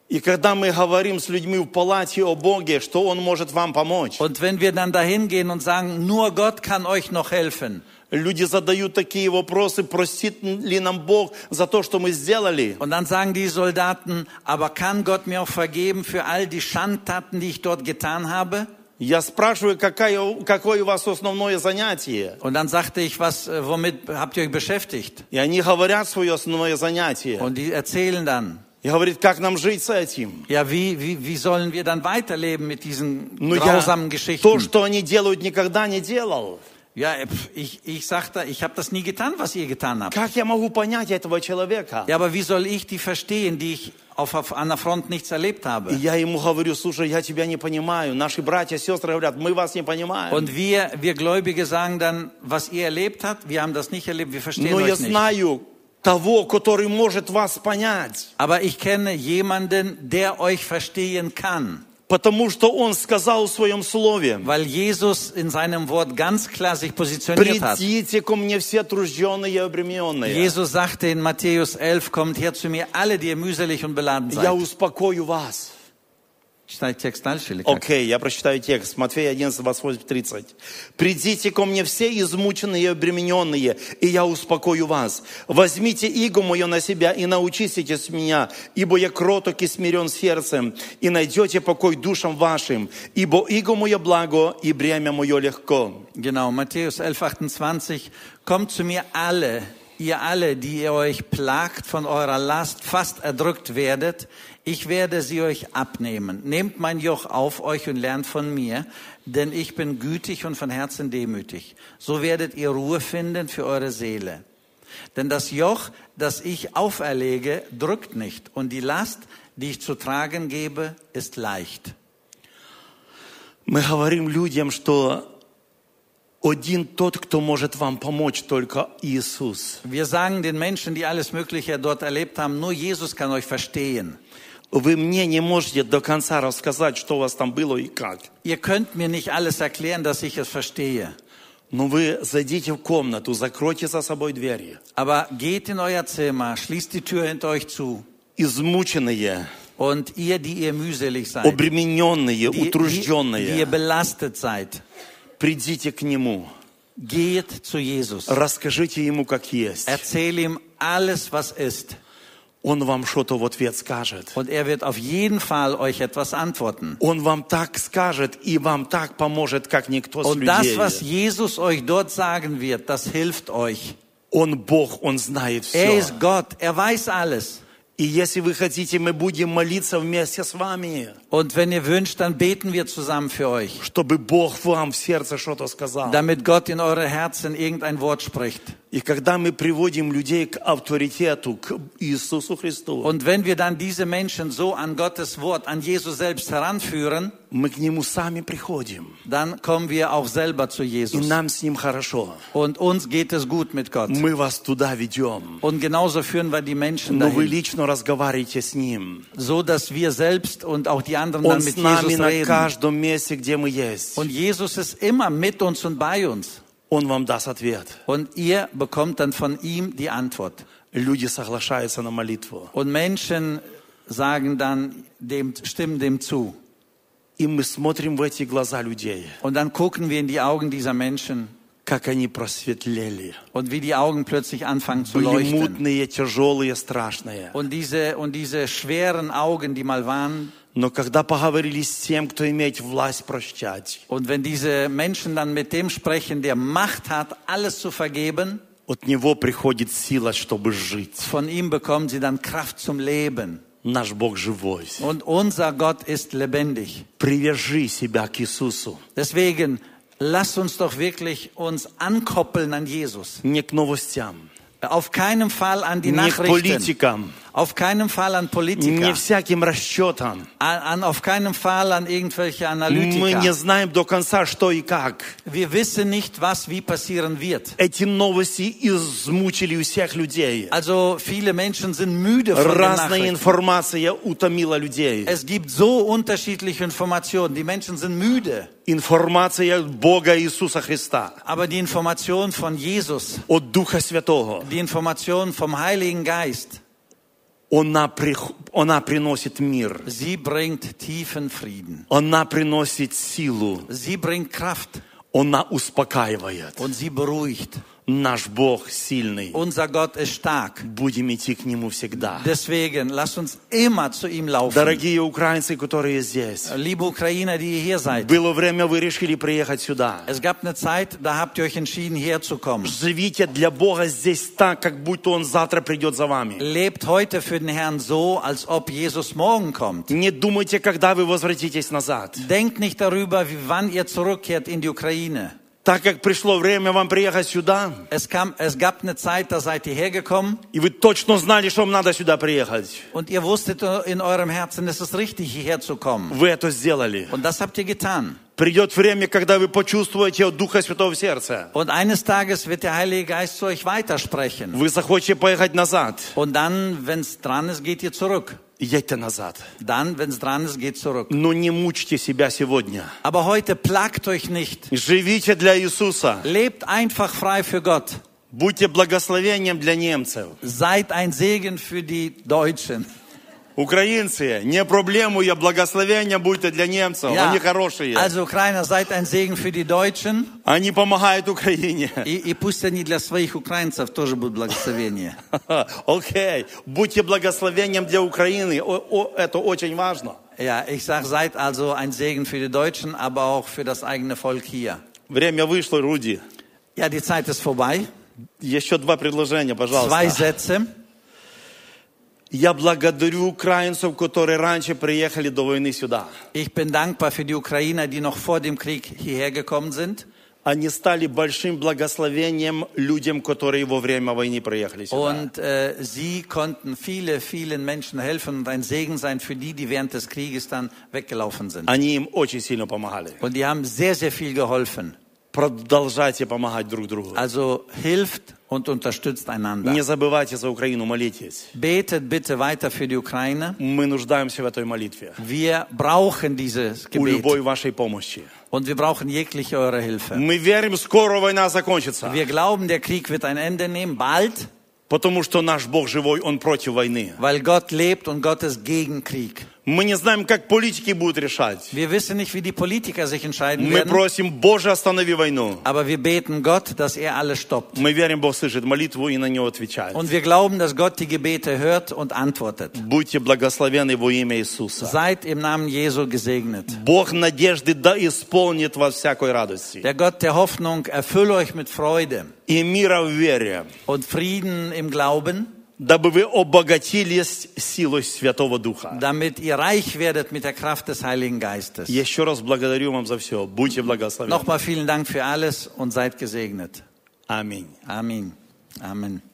[SPEAKER 2] И когда мы говорим с людьми в палате о Боге, что Он может вам помочь,
[SPEAKER 1] Und wenn wir dann dahin gehen und sagen, nur Gott kann euch noch helfen,
[SPEAKER 2] люди задают такие вопросы, простит ли нам Бог за то, что мы сделали.
[SPEAKER 1] und dann sagen die Soldaten, aber kann Gott mir auch vergeben für all die Schandtaten, die ich dort getan habe?
[SPEAKER 2] Я спрашиваю, какая, у- какое у вас основное занятие?
[SPEAKER 1] Und dann sagte ich, was, äh, womit habt ihr euch beschäftigt?
[SPEAKER 2] И они говорят свое основное занятие.
[SPEAKER 1] Und die erzählen dann,
[SPEAKER 2] И говорит, как нам жить с этим?
[SPEAKER 1] ja, wie, wie, wie sollen wir dann weiterleben mit diesen
[SPEAKER 2] Но я
[SPEAKER 1] grausamen Geschichten?
[SPEAKER 2] то, что они делают, никогда не делал.
[SPEAKER 1] Ja, pf, ich, ich sagte, ich habe das nie getan, was ihr getan habt.
[SPEAKER 2] Как я могу понять этого человека?
[SPEAKER 1] Ja, aber wie soll ich die verstehen, die ich auf, auf an der Front nichts erlebt
[SPEAKER 2] И
[SPEAKER 1] habe?
[SPEAKER 2] я ему говорю, слушай, я тебя не понимаю. Наши братья, сестры говорят, мы вас не понимаем.
[SPEAKER 1] Und wir, wir Gläubige sagen dann, was ihr erlebt habt, wir haben das nicht erlebt, wir verstehen
[SPEAKER 2] Но я
[SPEAKER 1] euch nicht.
[SPEAKER 2] знаю того, который может вас понять.
[SPEAKER 1] Aber ich kenne jemanden, der euch verstehen kann,
[SPEAKER 2] Потому что он сказал в своем слове,
[SPEAKER 1] weil Jesus in seinem Wort ganz klar sich positioniert hat.
[SPEAKER 2] придите ко мне все тружденные и обремененные.
[SPEAKER 1] Jesus sagte in Matthäus 11, kommt her zu mir, alle, die ihr mühselig und beladen
[SPEAKER 2] Я
[SPEAKER 1] seid.
[SPEAKER 2] успокою вас.
[SPEAKER 1] Читайте текст дальше или как?
[SPEAKER 2] Окей, я прочитаю текст. Матфея 11, 28, 30. «Придите ко мне все измученные и обремененные, и я успокою вас. Возьмите иго мое на себя и научитесь меня, ибо я кроток и смирен сердцем, и найдете покой душам вашим, ибо иго мое благо, и бремя мое легко».
[SPEAKER 1] Genau, Matthäus 11, 28. Kommt zu mir alle, ihr alle, die ihr euch plagt von eurer Last, fast erdrückt werdet. Ich werde sie euch abnehmen. Nehmt mein Joch auf euch und lernt von mir, denn ich bin gütig und von Herzen demütig. So werdet ihr Ruhe finden für eure Seele. Denn das Joch, das ich auferlege, drückt nicht und die Last, die ich zu tragen gebe, ist leicht.
[SPEAKER 2] Мы говорим людям, что один тот, кто может вам помочь, только Иисус.
[SPEAKER 1] Wir sagen den Menschen, die alles Mögliche dort erlebt haben, nur Jesus kann euch verstehen.
[SPEAKER 2] Вы мне не можете до конца рассказать, что у вас там было и как.
[SPEAKER 1] Ihr könnt mir nicht alles erklären, dass ich es verstehe.
[SPEAKER 2] Но Ну вы зайдите в комнату, закройте за собой двери.
[SPEAKER 1] Aber geht in euer Zimmer, schließt die Tür hinter euch zu.
[SPEAKER 2] Измученные,
[SPEAKER 1] Und ihr, die ihr mühselig seid,
[SPEAKER 2] обремененные,
[SPEAKER 1] die, die, die ihr
[SPEAKER 2] утружденные,
[SPEAKER 1] belastet seid,
[SPEAKER 2] придите к Нему,
[SPEAKER 1] geht zu Jesus.
[SPEAKER 2] расскажите Ему, как есть.
[SPEAKER 1] Erzähl ihm alles, was ist.
[SPEAKER 2] Он вам что-то в ответ скажет.
[SPEAKER 1] Und er wird auf jeden Fall euch etwas antworten.
[SPEAKER 2] Он вам так скажет и вам так поможет, как никто с
[SPEAKER 1] Und das, was
[SPEAKER 2] людей.
[SPEAKER 1] Jesus euch dort sagen wird, das hilft euch.
[SPEAKER 2] Он Бог, Он знает
[SPEAKER 1] Er
[SPEAKER 2] все.
[SPEAKER 1] ist Gott, er weiß alles.
[SPEAKER 2] И если вы хотите, мы будем молиться вместе с вами,
[SPEAKER 1] Und wenn ihr wünscht, dann beten wir zusammen für euch,
[SPEAKER 2] чтобы Бог вам в сердце что-то сказал.
[SPEAKER 1] damit Gott in eure Herzen irgendein Wort spricht.
[SPEAKER 2] И когда мы приводим людей к авторитету, к Иисусу Христу,
[SPEAKER 1] Und wenn wir dann diese Menschen so an Gottes Wort, an Jesus selbst heranführen,
[SPEAKER 2] мы к Нему сами приходим,
[SPEAKER 1] dann kommen wir auch selber zu
[SPEAKER 2] и
[SPEAKER 1] Jesus.
[SPEAKER 2] нам с Ним хорошо.
[SPEAKER 1] Und uns geht es gut mit Gott.
[SPEAKER 2] Мы вас туда ведем,
[SPEAKER 1] Und genauso führen wir die Menschen
[SPEAKER 2] но вы
[SPEAKER 1] dahin,
[SPEAKER 2] лично разговариваете с Ним.
[SPEAKER 1] so dass wir selbst und auch die anderen
[SPEAKER 2] Он
[SPEAKER 1] dann mit
[SPEAKER 2] с нами
[SPEAKER 1] Jesus
[SPEAKER 2] на
[SPEAKER 1] reden.
[SPEAKER 2] каждом месте, где мы есть.
[SPEAKER 1] Und Jesus ist immer mit uns und bei uns.
[SPEAKER 2] Он вам даст ответ.
[SPEAKER 1] Und ihr bekommt dann von ihm die Antwort.
[SPEAKER 2] Люди соглашаются на молитву.
[SPEAKER 1] Und Menschen sagen dann, dem, stimmen dem zu.
[SPEAKER 2] И мы смотрим в эти глаза людей,
[SPEAKER 1] Und dann gucken wir in die Augen dieser Menschen
[SPEAKER 2] как они просветлели.
[SPEAKER 1] und wie die Augen plötzlich anfangen zu
[SPEAKER 2] Были
[SPEAKER 1] leuchten.
[SPEAKER 2] мутные, тяжелые, страшные.
[SPEAKER 1] Und diese, und diese schweren Augen, die mal waren,
[SPEAKER 2] Но когда поговорили с тем, кто имеет власть прощать,
[SPEAKER 1] und wenn diese Menschen dann mit dem sprechen, der Macht hat, alles zu vergeben,
[SPEAKER 2] От Него приходит сила, чтобы жить.
[SPEAKER 1] Von ihm bekommen sie dann Kraft zum Leben.
[SPEAKER 2] Наш Бог живой.
[SPEAKER 1] Und unser Gott ist lebendig.
[SPEAKER 2] Привяжи себя к Иисусу.
[SPEAKER 1] Deswegen lasst uns doch wirklich uns ankoppeln an Jesus.
[SPEAKER 2] Не к новостям,
[SPEAKER 1] Auf keinen Fall an die
[SPEAKER 2] не к
[SPEAKER 1] Nachrichten.
[SPEAKER 2] политикам,
[SPEAKER 1] Auf keinen Fall an
[SPEAKER 2] не
[SPEAKER 1] Politiker.
[SPEAKER 2] всяким расчетам.
[SPEAKER 1] An, an, auf keinen Fall an irgendwelche
[SPEAKER 2] Мы не
[SPEAKER 1] Analytiker.
[SPEAKER 2] знаем до конца, что и как.
[SPEAKER 1] Wir wissen nicht, was wie passieren wird.
[SPEAKER 2] Эти новости измучили у всех людей.
[SPEAKER 1] Also viele Menschen sind müde von den
[SPEAKER 2] Разная
[SPEAKER 1] Nachrichten.
[SPEAKER 2] информация утомила людей.
[SPEAKER 1] Es gibt so unterschiedliche Informationen. Die Menschen sind müde.
[SPEAKER 2] Информация от Бога Иисуса Христа,
[SPEAKER 1] Aber die Information von Jesus,
[SPEAKER 2] от Духа Святого,
[SPEAKER 1] die Information vom Heiligen Geist,
[SPEAKER 2] она, прих- она приносит мир,
[SPEAKER 1] sie bringt tiefen Frieden.
[SPEAKER 2] она приносит силу,
[SPEAKER 1] Sie bringt Kraft
[SPEAKER 2] она успокаивает.
[SPEAKER 1] und sie beruhigt.
[SPEAKER 2] Наш Бог сильный.
[SPEAKER 1] Unser Gott ist stark.
[SPEAKER 2] Будем идти к Нему всегда.
[SPEAKER 1] Deswegen lasst uns immer zu ihm laufen.
[SPEAKER 2] Дорогие украинцы, которые здесь,
[SPEAKER 1] Liebe Ukrainer, die ihr hier seid,
[SPEAKER 2] было время, вы решили приехать сюда.
[SPEAKER 1] es gab eine Zeit, da habt ihr euch entschieden, herzukommen.
[SPEAKER 2] Живите для Бога здесь так, как будто Он завтра придет за вами.
[SPEAKER 1] Lebt heute für den Herrn so, als ob Jesus morgen kommt.
[SPEAKER 2] Не думайте, когда вы возвратитесь назад.
[SPEAKER 1] Denkt nicht darüber, wie wann ihr zurückkehrt in die Ukraine.
[SPEAKER 2] Так как пришло время вам приехать сюда,
[SPEAKER 1] Es, kam, es gab eine Zeit, da seid ihr hergekommen
[SPEAKER 2] И вы точно знали, что вам надо сюда приехать.
[SPEAKER 1] und ihr wusstet in eurem Herzen, es ist richtig, hierher zu kommen.
[SPEAKER 2] Вы это сделали.
[SPEAKER 1] Und das habt ihr getan.
[SPEAKER 2] Придет время, когда вы почувствуете от Духа Святого в сердце.
[SPEAKER 1] Und eines Tages wird der Heilige Geist zu euch weitersprechen.
[SPEAKER 2] Вы захотите поехать назад.
[SPEAKER 1] Und dann, wenn es dran ist, geht ihr zurück.
[SPEAKER 2] Едьте назад.
[SPEAKER 1] Dann, wenn es dran ist, geht zurück.
[SPEAKER 2] Но не мучьте себя сегодня.
[SPEAKER 1] Aber heute plagt euch nicht.
[SPEAKER 2] Живите для Иисуса.
[SPEAKER 1] Lebt einfach frei für Gott.
[SPEAKER 2] Будьте благословением для немцев.
[SPEAKER 1] Seid ein Segen für die Deutschen.
[SPEAKER 2] Украинцы, не проблему, я благословение будьте для немцев. Они хорошие.
[SPEAKER 1] Also Ukrainer, seid ein Segen für die Deutschen.
[SPEAKER 2] Они помогают Украине.
[SPEAKER 1] И, и пусть они для своих украинцев тоже будут благословение.
[SPEAKER 2] Окей. Будьте благословением для Украины. О- о, это очень важно.
[SPEAKER 1] Ja, ich sag, seid also ein Segen für die Deutschen, aber auch für das eigene Volk hier.
[SPEAKER 2] Время вышло, Руди.
[SPEAKER 1] Ja, die Zeit ist vorbei.
[SPEAKER 2] Еще два предложения, пожалуйста.
[SPEAKER 1] Zwei Sätze.
[SPEAKER 2] Я благодарю украинцев, которые раньше приехали до войны сюда.
[SPEAKER 1] Ich bin dankbar für die Ukrainer, die noch vor dem Krieg hierher gekommen sind.
[SPEAKER 2] Они стали большим благословением людям, которые во время войны приехали сюда.
[SPEAKER 1] Und äh, sie konnten viele, vielen Menschen helfen und ein Segen sein für die, die während des Krieges dann weggelaufen sind.
[SPEAKER 2] Они им очень сильно помогали.
[SPEAKER 1] Und die haben sehr, sehr viel geholfen.
[SPEAKER 2] Продолжайте помогать друг другу.
[SPEAKER 1] Also hilft und unterstützt einander.
[SPEAKER 2] Не забывайте за Украину, молитесь.
[SPEAKER 1] Betet bitte weiter für die Ukraine.
[SPEAKER 2] Мы нуждаемся в этой молитве.
[SPEAKER 1] Wir brauchen dieses
[SPEAKER 2] У
[SPEAKER 1] Gebet
[SPEAKER 2] любой вашей помощи.
[SPEAKER 1] und wir brauchen jegliche eure Hilfe.
[SPEAKER 2] Мы верим, скоро война закончится.
[SPEAKER 1] Wir glauben, der Krieg wird ein Ende nehmen, bald,
[SPEAKER 2] Потому что наш Бог живой, Он против войны.
[SPEAKER 1] weil Gott lebt und Gott ist gegen Krieg.
[SPEAKER 2] Мы не знаем, как политики будут решать.
[SPEAKER 1] Wir wissen nicht, wie die Politiker sich entscheiden
[SPEAKER 2] Мы
[SPEAKER 1] werden,
[SPEAKER 2] просим, Боже, останови войну.
[SPEAKER 1] aber wir beten Gott, dass er alles stoppt.
[SPEAKER 2] Мы верим, Бог слышит молитву и на нее отвечает.
[SPEAKER 1] Und wir glauben, dass Gott die Gebete hört und antwortet.
[SPEAKER 2] Будьте благословены во имя Иисуса.
[SPEAKER 1] Seid im Namen Jesu gesegnet.
[SPEAKER 2] Бог надежды да исполнит вас всякой радости.
[SPEAKER 1] Der Gott der Hoffnung erfülle euch mit Freude
[SPEAKER 2] И мира в вере,
[SPEAKER 1] und Frieden im Glauben,
[SPEAKER 2] дабы вы обогатились силой Святого Духа.
[SPEAKER 1] damit ihr reich werdet mit der Kraft des Heiligen Geistes.
[SPEAKER 2] Еще раз благодарю вам за все. Будьте благословены.
[SPEAKER 1] Nochmal vielen Dank für alles und seid gesegnet.
[SPEAKER 2] Аминь.
[SPEAKER 1] Amen. Amen.